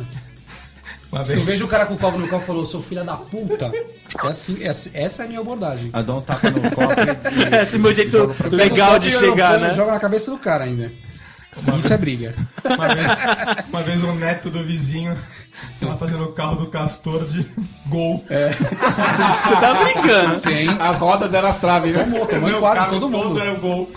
S2: Uma
S5: Se eu
S2: vez,
S5: vejo o cara com o copo no copo e falou, seu filho da puta, é assim, é assim- essa é a minha abordagem.
S6: Ah, dá um tapa no copo e- e-
S4: Esse é meu jeito
S6: joga pra-
S4: legal de chegar, né?
S5: Joga na cabeça do cara ainda. Isso é briga.
S2: uma vez, uma vez o neto do vizinho tava fazendo o carro do castor de gol.
S4: Você tá brincando.
S5: Sim.
S3: As rodas eram as traves, né?
S5: Tomou, tomou em
S2: Meu
S5: quadro
S2: carro
S5: todo mundo.
S2: era o gol.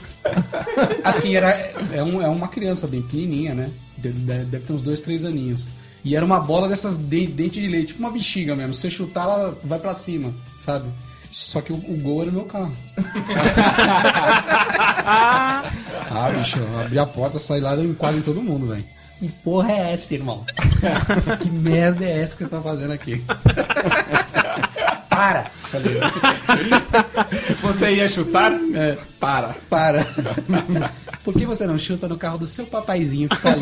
S5: Assim, era, é, um- é uma criança bem pequenininha, né? Deve, deve- deve ter uns dois, três aninhos. E era uma bola dessas de, dente de leite, tipo uma bexiga mesmo. Se você chutar, ela vai pra cima, sabe? Só que o, o gol era o meu carro. ah, bicho, eu abri a porta, saí lá, deu um enquadro em todo mundo, velho. Que porra é essa, irmão? que merda é essa que você tá fazendo aqui? Para! Falei, né?
S3: Você ia chutar?
S5: é,
S3: Para.
S5: para. Por que você não chuta no carro do seu papaizinho que tá ali?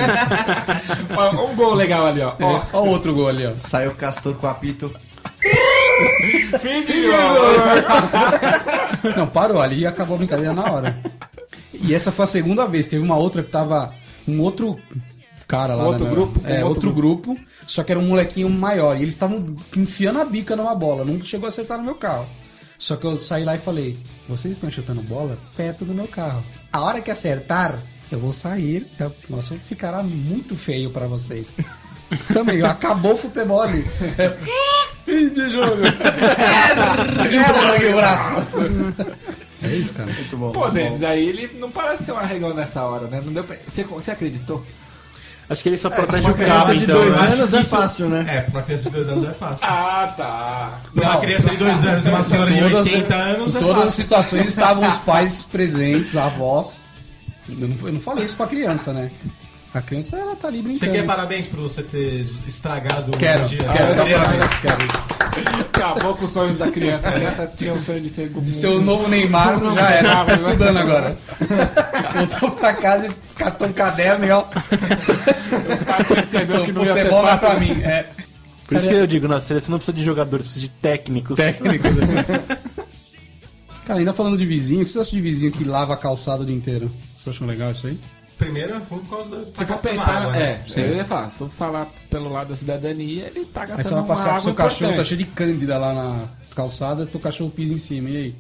S3: Ó, Um gol legal ali, ó.
S5: Ó,
S3: ó.
S5: É. ó o outro gol ali, ó.
S14: Saiu o castor com o apito.
S3: Fique É. de gol.
S5: Não, parou ali e acabou a brincadeira na hora. E essa foi a segunda vez. Teve uma outra que tava um outro cara lá.
S3: Outro
S5: né,
S3: grupo?
S5: É,
S3: Um outro
S5: outro grupo. Só que era um molequinho maior. E eles estavam enfiando a bica numa bola. Não chegou a acertar no meu carro. Só que eu saí lá e falei: vocês estão chutando bola perto do meu carro. A hora que acertar, eu vou sair. Nossa, ficará muito feio pra vocês. Também, acabou o futebol ali. É, Fim de jogo.
S3: É.
S5: Quebra o braço. É isso, cara.
S3: Pô, Denis, aí ele não parece ser um arregão nessa hora, né? Não deu pra... você, você acreditou?
S4: Acho que ele só
S6: É,
S4: protege o
S2: criança
S4: carro,
S2: de
S4: então.
S2: dois
S4: né?
S2: acho
S14: anos
S2: que
S14: é
S2: isso-
S14: fácil, né?
S2: É, pra uma criança de dois anos é fácil.
S3: Ah, tá.
S2: Pra uma
S5: não.
S2: criança de dois anos e uma senhora de
S5: Todas-
S2: 80 anos
S5: em
S2: é
S5: todas as
S2: fácil.
S5: situações estavam os pais presentes, avós. Eu não, eu não falei isso pra criança, né? A criança, ela tá ali
S2: Você
S5: brincando.
S2: quer parabéns por você ter estragado
S5: Quero,
S2: o dia?
S5: quero,
S2: Ah, beleza.
S5: quero.
S3: Acabou com os sonhos da criança. A criança tinha o sonho de ser como...
S5: De ser o novo Neymar, já era. Tá estudando agora. Voltou pra casa e catou um caderno e ó.
S3: percebeu que não ia ser
S5: futebol lá
S3: fácil.
S5: pra mim. É.
S4: Por isso que eu digo, na seleção não precisa de jogadores, precisa de técnicos.
S5: técnicos. Cara, ainda falando de vizinho, o que você acha de vizinho que lava a calçada o dia inteiro? Vocês acham legal isso aí?
S2: Primeiro foi por causa da
S3: Se for
S2: gastando
S3: pensar,
S2: água, né?
S3: é, eu ia falar, se for falar pelo lado da cidadania, ele tá
S5: Aí você
S2: é
S3: gastando
S5: vai
S3: uma
S5: passar
S3: água
S5: com seu cachorro, tá
S3: importante.
S5: cheio de cândida lá na calçada, teu cachorro pisa em cima, e aí?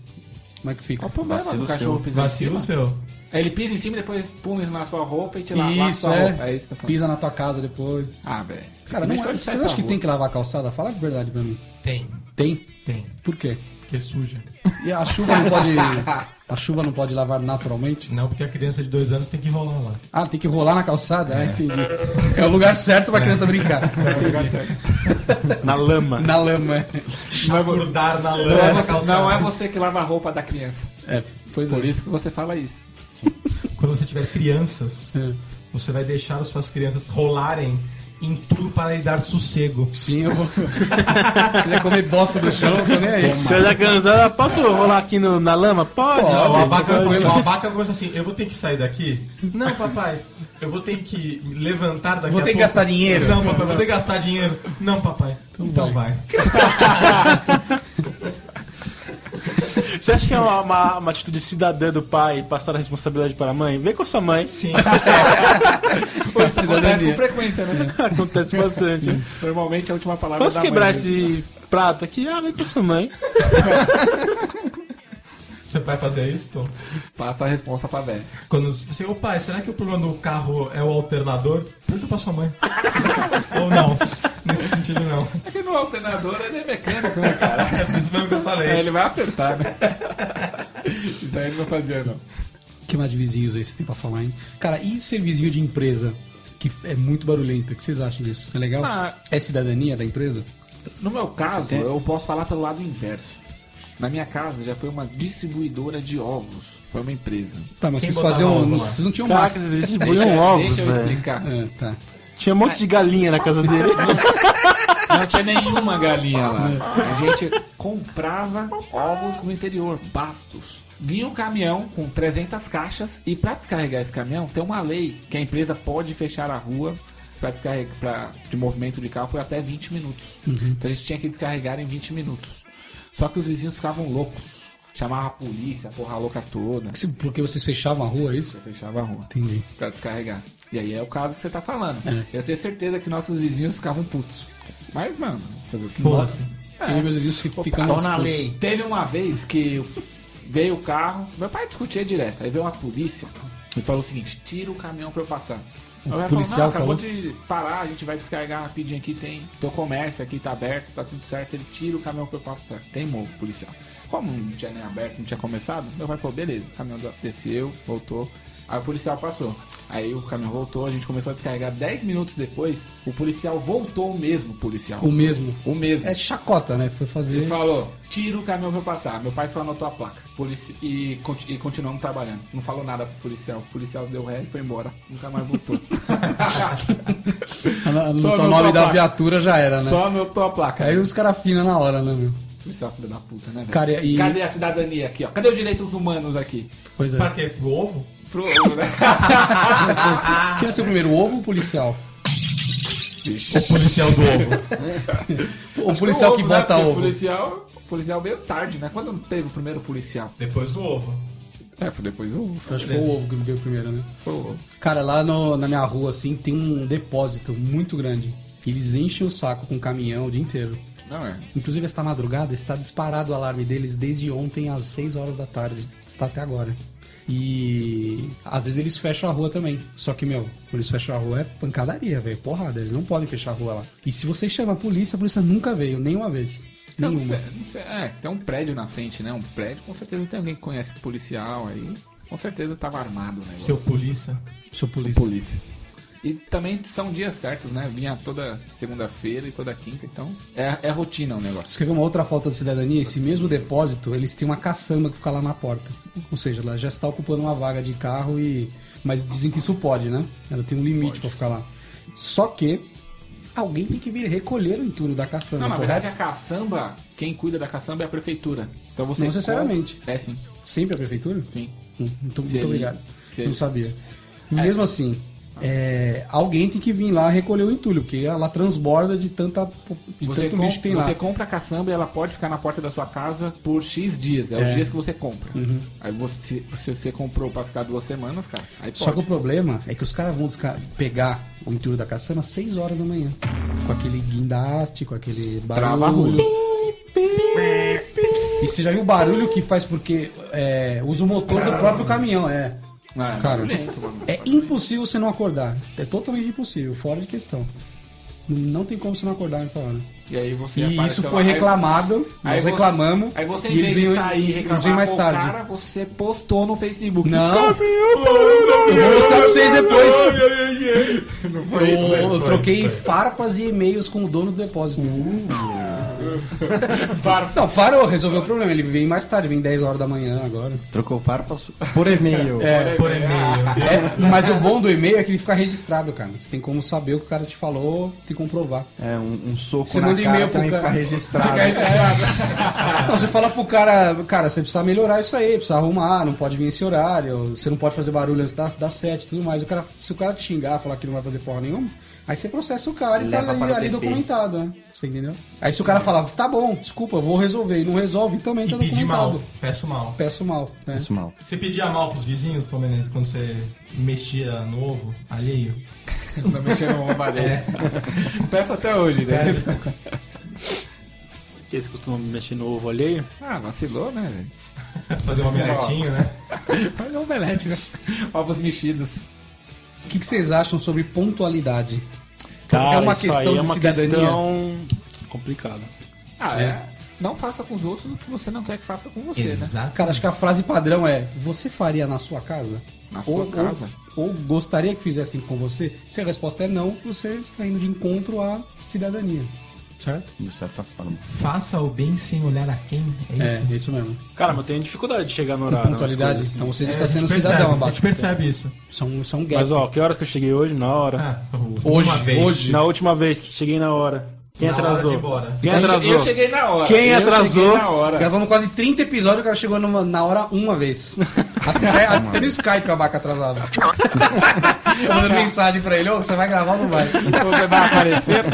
S5: Como é que fica?
S3: Qual o problema
S6: Vacilo
S3: do cachorro
S6: seu.
S3: pisar em
S2: Vacilo
S3: cima?
S2: seu.
S3: Ele pisa em cima e depois pula na sua roupa e te lava a
S5: Isso,
S3: sua
S5: é.
S3: roupa. É isso que tá falando.
S5: Pisa na tua casa depois.
S3: Ah, velho.
S5: Cara, não, é- você acha que tem que lavar a calçada? Fala a verdade pra mim.
S2: Tem,
S5: Tem?
S2: tem.
S5: Por quê?
S2: Porque suja.
S5: E a chuva não pode. A chuva não pode lavar naturalmente?
S2: Não, porque a criança de dois anos tem que rolar lá.
S5: Ah, tem que rolar na calçada? Ah, entendi. É o lugar certo pra criança brincar.
S4: Na lama.
S5: Na lama, é.
S2: Chafurdar na lama
S3: Não é,
S2: da
S3: você,
S2: calçada.
S3: não é você que lava a roupa da criança.
S5: É, pois
S3: Por
S5: é.
S3: isso que você fala isso.
S2: Quando você tiver crianças,
S5: É.
S2: você vai deixar as suas crianças rolarem em tudo para lhe dar sossego.
S5: Sim, eu vou. Queria comer bosta do chão, tô nem aí.
S4: Se eu já cansar, ah, posso rolar aqui no- na lama? Pode.
S2: Não, o abaca,
S4: Pode.
S2: o abaca começa assim, eu vou ter que sair daqui? Não, papai, eu vou ter que me levantar daqui
S5: Vou
S2: a
S5: ter que
S2: pouco.
S5: gastar dinheiro?
S2: Não, papai, vou ter que gastar dinheiro. Não, papai, então vai.
S4: Você acha que é uma, uma- uma atitude cidadã do pai passar a responsabilidade para a mãe? Vê com a sua mãe.
S2: Sim.
S3: Acontece com frequência, né?
S4: Acontece bastante. né?
S3: Normalmente é a última palavra
S4: Posso
S3: da
S4: quebrar
S3: mãe, né?
S4: esse prato aqui? Ah, vem com a sua mãe.
S2: Você vai fazer isso, Tom?
S3: Passa a resposta pra velha.
S2: Quando você, assim, ô pai, será que o problema do carro é o alternador? Pergunta pra sua mãe. Ou não. Nesse sentido, não.
S3: É que no alternador ele é mecânico, né, cara?
S2: É por isso mesmo que eu falei.
S3: É, ele vai apertar, né? Isso aí ele não fazia, não.
S5: O que mais de vizinhos aí você tem pra falar, hein? Cara, e ser vizinho de empresa? Que é muito barulhenta. O que vocês acham disso? É legal?
S3: Ah.
S5: É cidadania da empresa?
S3: No meu caso,
S5: Você tem?
S3: eu posso falar pelo lado inverso. Na minha casa já foi uma distribuidora de ovos. Foi uma empresa.
S5: Tá, mas vocês faziam. vocês não tinham
S4: Caraca,
S5: máquina.
S4: vocês distribuíam
S3: Deixa,
S4: ovos,
S3: deixa eu
S4: velho.
S3: explicar.
S5: É, tá.
S4: Tinha um monte de galinha na casa dele.
S3: Não tinha nenhuma galinha lá. A gente comprava ovos no interior, bastos. Vinha um caminhão com 300 caixas e para descarregar esse caminhão tem uma lei que a empresa pode fechar a rua para descarregar pra, de movimento de carro por até 20 minutos. Então a gente tinha que descarregar em 20 minutos. Só que os vizinhos ficavam loucos. Chamava a polícia, a porra louca toda.
S5: Se- Porque vocês fechavam a rua, é isso?
S3: Fechava a rua.
S5: Entendi.
S3: Pra descarregar. E aí é o caso que você tá falando. Eu tenho certeza que nossos vizinhos ficavam putos. Mas, mano, fazer o que?
S2: Foda-se.
S5: E É. meus vizinhos fi- ficavam.
S3: Ficamos putos. Teve uma vez que veio o carro, meu pai discutia direto, aí veio uma polícia e falou o seguinte: tira o caminhão pra eu passar. Aí Meu pai falou,
S5: policial
S3: não, acabou de parar, a gente vai descarregar rapidinho aqui, tem teu comércio aqui, tá aberto, tá tudo certo. Ele tira o caminhão pra eu passar. Tem morro, policial. Como não tinha nem aberto, não tinha começado, meu pai falou, beleza, o caminhão desceu, voltou. Aí o policial passou. Aí o caminhão voltou, a gente começou a descarregar 10 minutos depois, o policial voltou o mesmo policial.
S5: O mesmo.
S3: O mesmo.
S5: É chacota, né? Foi
S3: Ele
S5: fazer.
S3: falou, Hum. tira o caminhão pra eu passar. Meu pai só anotou a placa. Polici... E, conti- e continuamos trabalhando. Não falou nada pro policial. O policial deu ré e foi embora. Nunca mais voltou.
S5: Ano-
S3: Só meu
S5: anotar o nome da
S3: papai.
S5: viatura já era, né?
S3: só anotou a placa.
S5: Aí os caras finam na hora, né, meu?
S3: Policial filho da puta, né, velho?
S5: Cara, e-
S3: Cadê a cidadania aqui, ó? Cadê os direitos humanos aqui?
S5: Pois é.
S2: Pra quê? Pro ovo?
S3: Pro... né? Ah.
S5: Quem nasceu primeiro, o ovo ou o policial?
S3: Vixe.
S2: É Policial do ovo.
S5: O policial que
S3: Ovo, né?
S5: bota
S3: Porque o
S5: ovo.
S3: policial... O policial veio tarde, né? Quando teve o primeiro policial?
S2: Depois do ovo.
S3: É, foi depois o...
S5: Então, acho que foi o ovo que veio primeiro, né?
S3: Foi o...
S5: Cara, lá no- na minha rua, assim, tem um depósito muito grande. Eles enchem o saco com caminhão o dia inteiro.
S3: Não é.
S5: Inclusive, esta madrugada está disparado o alarme deles desde ontem às 6 horas da tarde. Está até agora. E às vezes eles fecham a rua também. Só que, meu, quando eles fecham a rua é pancadaria, velho. Porrada, eles não podem fechar a rua lá. E se você chama a polícia, a polícia nunca veio, nenhuma vez.
S3: Não,
S5: Nenhuma.
S3: não sei- não sei- é, tem um prédio na frente, né? Um prédio, com certeza tem alguém que conhece policial aí. Com certeza tava armado, né?
S2: Seu polícia.
S5: Sou polícia.
S3: polícia. E também são dias certos, né? Vinha toda segunda-feira e toda quinta, então é, é rotina o negócio.
S5: Escreveu uma outra falta de cidadania, esse mesmo depósito, eles têm uma caçamba que fica lá na porta. Ou seja, ela já está ocupando uma vaga de carro e. Mas dizem que isso pode, né? Ela tem um limite pra ficar lá. Só que alguém tem que vir recolher o entulho da caçamba.
S3: Não, na
S5: correto?
S3: verdade a caçamba, quem cuida da caçamba é a prefeitura. Então você.
S5: Não necessariamente.
S3: compra- É sim,
S5: Sempre a prefeitura?
S3: sim.
S5: Hum, Muito,
S3: Se
S5: muito
S3: ele-
S5: obrigado.
S3: se
S5: Não
S3: ele-
S5: sabia. E mesmo assim, é, alguém tem que vir lá recolher o entulho, porque ela transborda de, tanta, de
S3: Você,
S5: tanto
S3: com-
S5: lixo que tem lá.
S3: você compra a caçamba e ela pode ficar na porta da sua casa por X dias. É, os dias que você compra.
S5: Uhum.
S3: Aí você, se você comprou pra ficar duas semanas, cara, aí pode.
S5: Só que o problema é que os caras vão desca- pegar o entulho da caçamba às 6 horas da manhã. Com aquele guindaste, com aquele
S3: Trava a
S5: barulho. E você já viu o barulho que faz porque é, usa o motor do próprio caminhão, é.
S3: Ah, é
S5: Cara,
S3: barulhento, mano.
S5: É impossível você não acordar. É totalmente impossível, fora de questão. Não tem como você não acordar nessa hora.
S3: E aí você
S5: E
S3: aparece
S5: isso
S3: lá,
S5: foi
S3: então, aí-
S5: reclamado,
S3: aí
S5: nós
S3: você-
S5: reclamamos.
S3: Aí você, em
S5: e
S3: vez
S5: eles
S3: de
S5: vêm,
S3: sair e
S5: eles
S3: reclamar
S5: vêm mais
S3: com o
S5: tarde.
S3: cara, você postou no Facebook.
S5: Não. Eu vou mostrar pra vocês depois. né? Hum. Eu, eu troquei farpas e e-mails com o dono do depósito. Faro. Não, farou, resolveu o problema. Ele vem mais tarde, vem 10 horas da manhã agora.
S6: Trocou faro passou- por e-mail.
S5: É,
S2: por e-mail.
S5: É, mas o bom do e-mail é que ele fica registrado, cara. Você tem como saber o que o cara te falou e comprovar.
S6: É, um, um soco
S5: Você
S6: na
S5: manda
S6: cara
S5: e-mail pro
S6: também
S5: cara.
S6: fica registrado.
S5: Fica registrado. Não, você fala pro cara, cara, você precisa melhorar isso aí, precisa arrumar, não pode vir esse horário, você não pode fazer barulho antes das, das 7 e tudo mais. O cara, se o cara te xingar, falar que não vai fazer porra nenhuma, aí você processa o cara e
S6: Leva
S5: tá ali,
S6: para o
S5: ali
S6: TP.
S5: documentado, né? Você entendeu? Aí se o cara falar, tá bom, desculpa, eu vou resolver, e não resolve, também tá
S2: E pedir mal.
S5: documentado.
S2: Peço mal.
S5: Peço mal. Né?
S6: Isso mal.
S2: Você pedia mal pros vizinhos, Tom Menezes, quando você mexia no ovo alheio?
S3: Não mexer no ombro alheio.
S2: É.
S3: Peço até hoje, né?
S4: Que eles costumam mexer no ovo alheio.
S3: Ah, vacilou, né, velho?
S2: Fazer um omeletinho, né?
S3: Faz um omelete, né? Ovos mexidos.
S5: O que, que vocês acham sobre pontualidade?
S4: Cara,
S5: é uma
S4: isso
S5: questão
S4: aí é
S5: de
S4: uma
S5: cidadania.
S4: questão complicada.
S3: Ah, é. Não faça com os outros o que você não quer que faça com você, né?
S2: Exato.
S5: Cara, acho que a frase padrão é: Você faria na sua casa?
S3: Na sua casa?
S5: Ou, gostaria que fizessem com você? Se a resposta é não, você está indo de encontro à cidadania. Certo?
S6: De certa forma.
S2: Faça o bem sem olhar a quem, é isso?
S5: É, isso mesmo.
S4: Cara, mas eu tenho dificuldade de chegar no
S5: Com
S4: horário. nas
S5: pontualidade.
S4: coisas, assim.
S5: Então você não
S2: É,
S5: está
S2: a gente
S5: sendo
S2: percebe,
S5: cidadão
S2: A gente
S5: abaixo.
S2: percebe isso.
S5: São, são gap.
S4: Mas ó, que horas que eu cheguei hoje? Na hora.
S2: Ah,
S4: hoje,
S2: uma vez.
S4: hoje. Na última vez que cheguei na hora. Quem
S2: Na hora de ir
S4: atrasou?
S2: embora.
S4: Quem
S3: Eu che-
S4: atrasou?
S3: Eu cheguei na hora.
S4: Quem
S3: Eu
S4: atrasou?
S3: cheguei na hora.
S5: Gravamos quase 30 episódios, o cara chegou numa- na hora uma vez. Até, até no Skype a vaca atrasava. Eu mandando mensagem pra ele, ô, você vai gravar ou não vai?
S3: Você vai aparecer?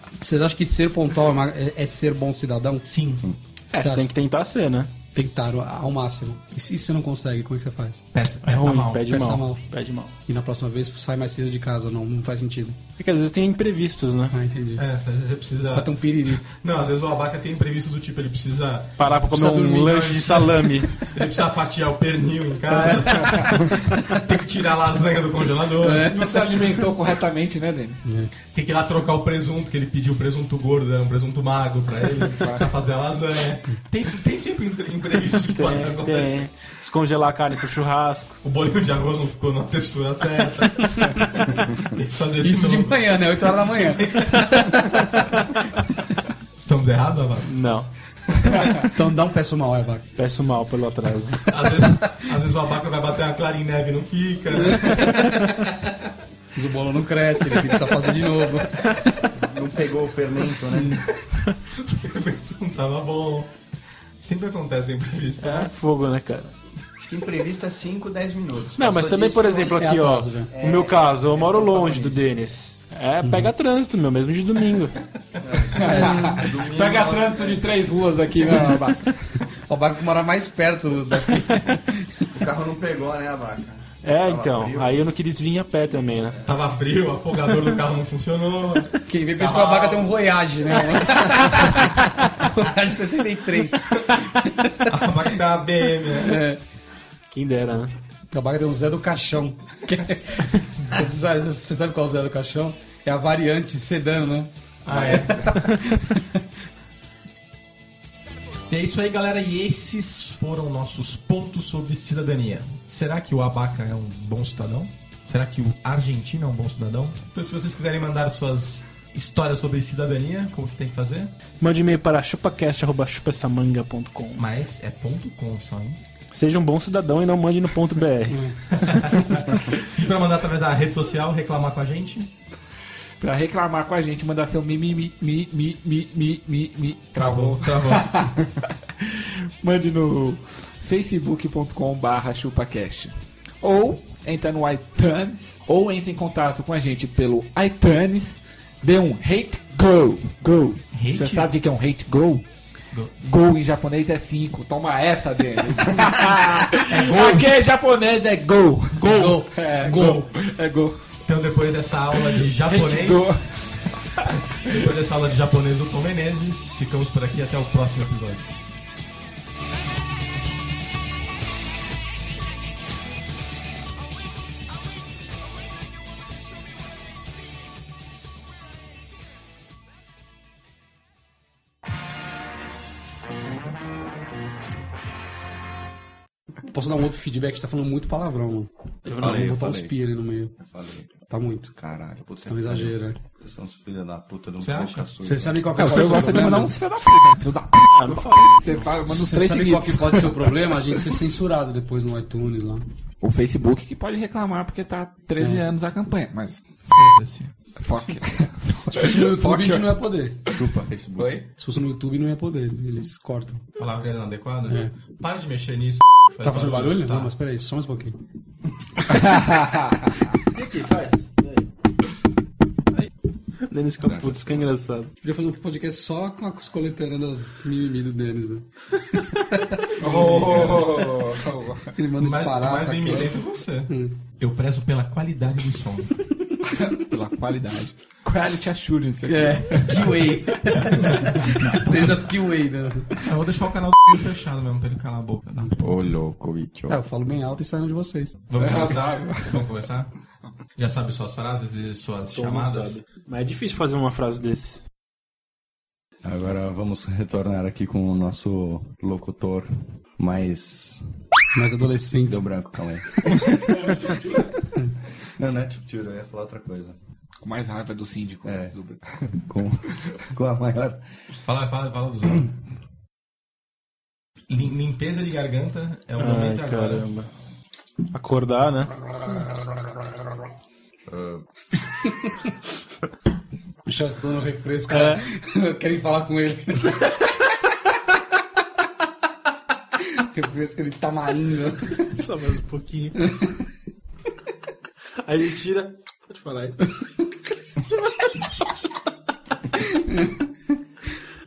S5: Vocês acham que ser pontual é uma- é, é ser bom cidadão?
S2: Sim.
S4: É, você tem que tentar ser, né?
S5: Tentar o- ao máximo. E se você não consegue, como é que você faz?
S2: Peça,
S4: É
S2: peça
S4: ruim,
S2: mal.
S4: pede
S5: peça
S4: mal.
S5: mal.
S4: Pede mal.
S5: E na próxima vez sai mais cedo de casa, não, não faz sentido.
S4: Porque às vezes tem imprevistos, né?
S5: Ah, entendi.
S2: É, às vezes você
S5: Pra
S2: precisa.
S5: ter um piriri.
S2: Não, às vezes o abaca tem imprevisto do tipo, ele precisa.
S4: Parar pra comer
S2: Precisa
S4: um
S2: dormir,
S4: lanche
S2: né?
S4: de salame.
S2: Ele precisa fatiar o pernil em casa. tem que tirar a lasanha do congelador.
S3: Não se alimentou corretamente, né, Denis?
S2: Tem que ir lá trocar o presunto, que ele pediu o presunto gordo, era um presunto magro pra ele, pra fazer a lasanha. Tem, tem sempre um impre- imprevistos que podem
S4: tem,
S2: acontecer.
S4: É, tem. Descongelar a carne pro churrasco.
S2: O bolinho de arroz não ficou na textura certa. tem que fazer de
S5: Isso de
S2: novo.
S5: manhã, né? 8 horas da manhã.
S2: Estamos errados, Amaro?
S4: Não.
S5: Então dá um peço mal, é, vaca.
S4: Peço mal pelo atraso.
S2: Às vezes, às vezes o abaca vai bater uma clara em neve e não fica. né?
S5: Mas o bolo não cresce, ele precisa fazer de novo.
S15: Não pegou o fermento, né?
S2: não tava bom. Sempre acontece o imprevisto. né?
S4: É fogo, né, cara?
S15: Acho que imprevisto é 5, 10 minutos.
S4: Não,
S15: Passou
S4: mas também,
S15: disso,
S4: por exemplo,
S5: é
S4: aqui, ó.
S5: atraso, já.
S4: No meu caso, eu moro
S15: eu tô
S4: longe do
S15: falando
S4: Denis. É, pega trânsito, meu, mesmo de domingo.
S3: Pega trânsito de três ruas aqui, né?
S5: O barco mora mais perto do- daqui.
S15: O carro não pegou, né, a vaca?
S4: É,
S15: Tava frio.
S4: então. Aí eu não queria vir a pé também, né?
S2: Tava frio, o afogador do carro não funcionou.
S5: Quem vê pensa que o abaca tem um Voyage, né? Voyage 63.
S2: A vaca da BM, né?
S5: É.
S4: Quem dera, né?
S5: O abaca tem um Zé do Caixão. Que é- Você sabe, você sabe qual é o Zé do Caixão? É a variante sedã, né?
S2: Ah, é. E é isso aí, galera. E esses foram nossos pontos sobre cidadania. Será que o Abaca é um bom cidadão? Será que o argentino é um bom cidadão? Então, se vocês quiserem mandar suas histórias sobre cidadania, como que tem que fazer?
S4: Mande e-mail para chupacast.chupessamanga.com.
S2: Mas é ponto .com só, hein?
S4: Seja um bom cidadão e não mande no ponto .br.
S2: E pra mandar através da rede social, reclamar com a gente.
S3: Pra reclamar com a gente, mandar seu mi, mi, mi, mi, mi, mi, mi, mi, mi. Travou.
S2: Travou.
S3: Mande no facebook.com barra chupacast. Ou entra no iTunes, ou entra em contato com a gente pelo iTunes, dê um hate go, go.
S2: Hate?
S3: Você sabe o que é um hate go?
S2: Go.
S3: Go em japonês é 5, toma essa deles. Aqui em japonês é go. Go. É go. É go.
S2: Então, depois dessa aula de
S3: Hate
S2: japonês,
S3: go.
S2: depois dessa aula de japonês do Tom Menezes, ficamos por aqui até o próximo episódio.
S5: Posso dar um outro feedback? Você tá falando muito palavrão, mano.
S6: Eu falei, eu
S5: Vou botar uns
S6: falei.
S5: pi ali no meio.
S6: Eu falei.
S5: Tá muito.
S6: Caralho, puta
S5: Tá um exagero, né?
S16: Vocês são os filhos da puta do
S6: Você acha?
S5: Você sabe qual que é
S16: é
S5: o seu problema?
S3: filho da puta.
S5: Não
S3: falei. Você fala, manda uns
S5: Você
S3: três
S5: sabe qual que
S3: seguidos.
S5: pode ser o problema? A gente ser censurado depois no iTunes lá.
S3: O Facebook que pode reclamar porque tá 13 anos a campanha, mas.
S2: Foda-se.
S3: Fuck.
S5: Se fosse no YouTube, a gente
S3: Fuck.
S5: não ia poder.
S16: Chupa, Facebook.
S3: Oi?
S5: Se fosse no YouTube, não ia poder. Eles cortam.
S2: Palavra inadequada? né?
S5: É.
S2: Para de mexer nisso.
S5: Tá fazendo barulho?
S2: Tá.
S5: Não, mas peraí, só mais um pouquinho.
S4: Denis fica putz, que é engraçado.
S5: Podia fazer um podcast só com as coletando as mimimi do Denis, né? Ele manda
S2: Mas-
S5: ele parar.
S2: mas
S5: tá
S2: bem me
S5: quieto.
S2: lembra você.
S5: Hum.
S2: Eu prezo pela qualidade do som.
S3: Pela qualidade. Quality assurance.
S5: É, QA. Desde a QA, né?
S2: Eu vou deixar o canal do fechado mesmo pra ele calar a boca. tá?
S6: Ô, louco, bicho.
S5: Ah, eu falo bem alto e saindo de vocês.
S2: Vamos começar? Vamos começar? Já sabe suas frases e suas chamadas?
S4: Mas é difícil fazer uma frase desse.
S6: Agora vamos retornar aqui com o nosso locutor mais.
S5: Mais adolescente.
S6: Deu branco, calma aí. não, não é tipo tiro, eu ia falar outra coisa.
S3: Com mais raiva do síndico.
S6: É.
S3: Do-
S6: Com, com a maior.
S2: Fala, fala, fala dos
S5: Hum.
S2: outros. Lim- Limpeza de garganta é o
S4: Ai,
S2: momento agora.
S4: caramba. Acordar, né?
S5: O Chastão no refresco, cara. Querem falar com ele. refresco de tamarindo.
S4: Só mais um pouquinho. Aí ele tira. Pode falar aí.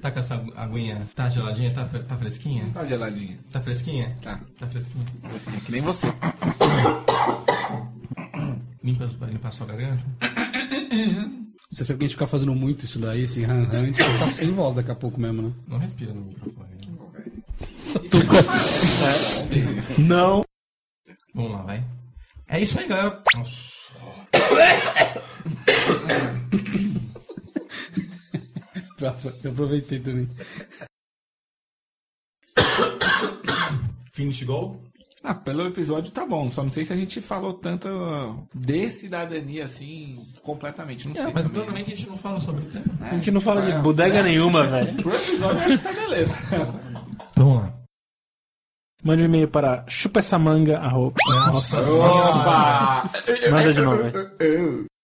S2: Tá com essa agu- aguinha? Tá geladinha? Tá, fre- tá fresquinha?
S3: Tá geladinha.
S2: Tá fresquinha?
S3: Tá.
S2: Tá fresquinha?
S3: Assim, que nem você.
S2: Limpa, vai limpar sua garganta?
S5: Você sabe que a gente fica fazendo muito isso daí, esse ran ran, a gente tá sem voz daqui a pouco mesmo, né?
S2: Não respira no microfone. né?
S4: Não.
S2: Vamos lá, vai. É isso aí, galera. Nossa.
S5: Eu aproveitei também.
S2: Finish goal?
S3: Ah, pelo episódio tá bom. Só não sei se a gente falou tanto ah, de cidadania assim, completamente. Não sei.
S2: É, Mas
S3: também.
S2: provavelmente a gente não fala sobre o tema.
S4: A gente não fala de bodega nenhuma, velho.
S3: Pro episódio eu acho que tá beleza.
S2: Então vamos lá.
S4: Mande um e-mail para chupa essa manga. Arroba. Nossa. Manda de novo, velho.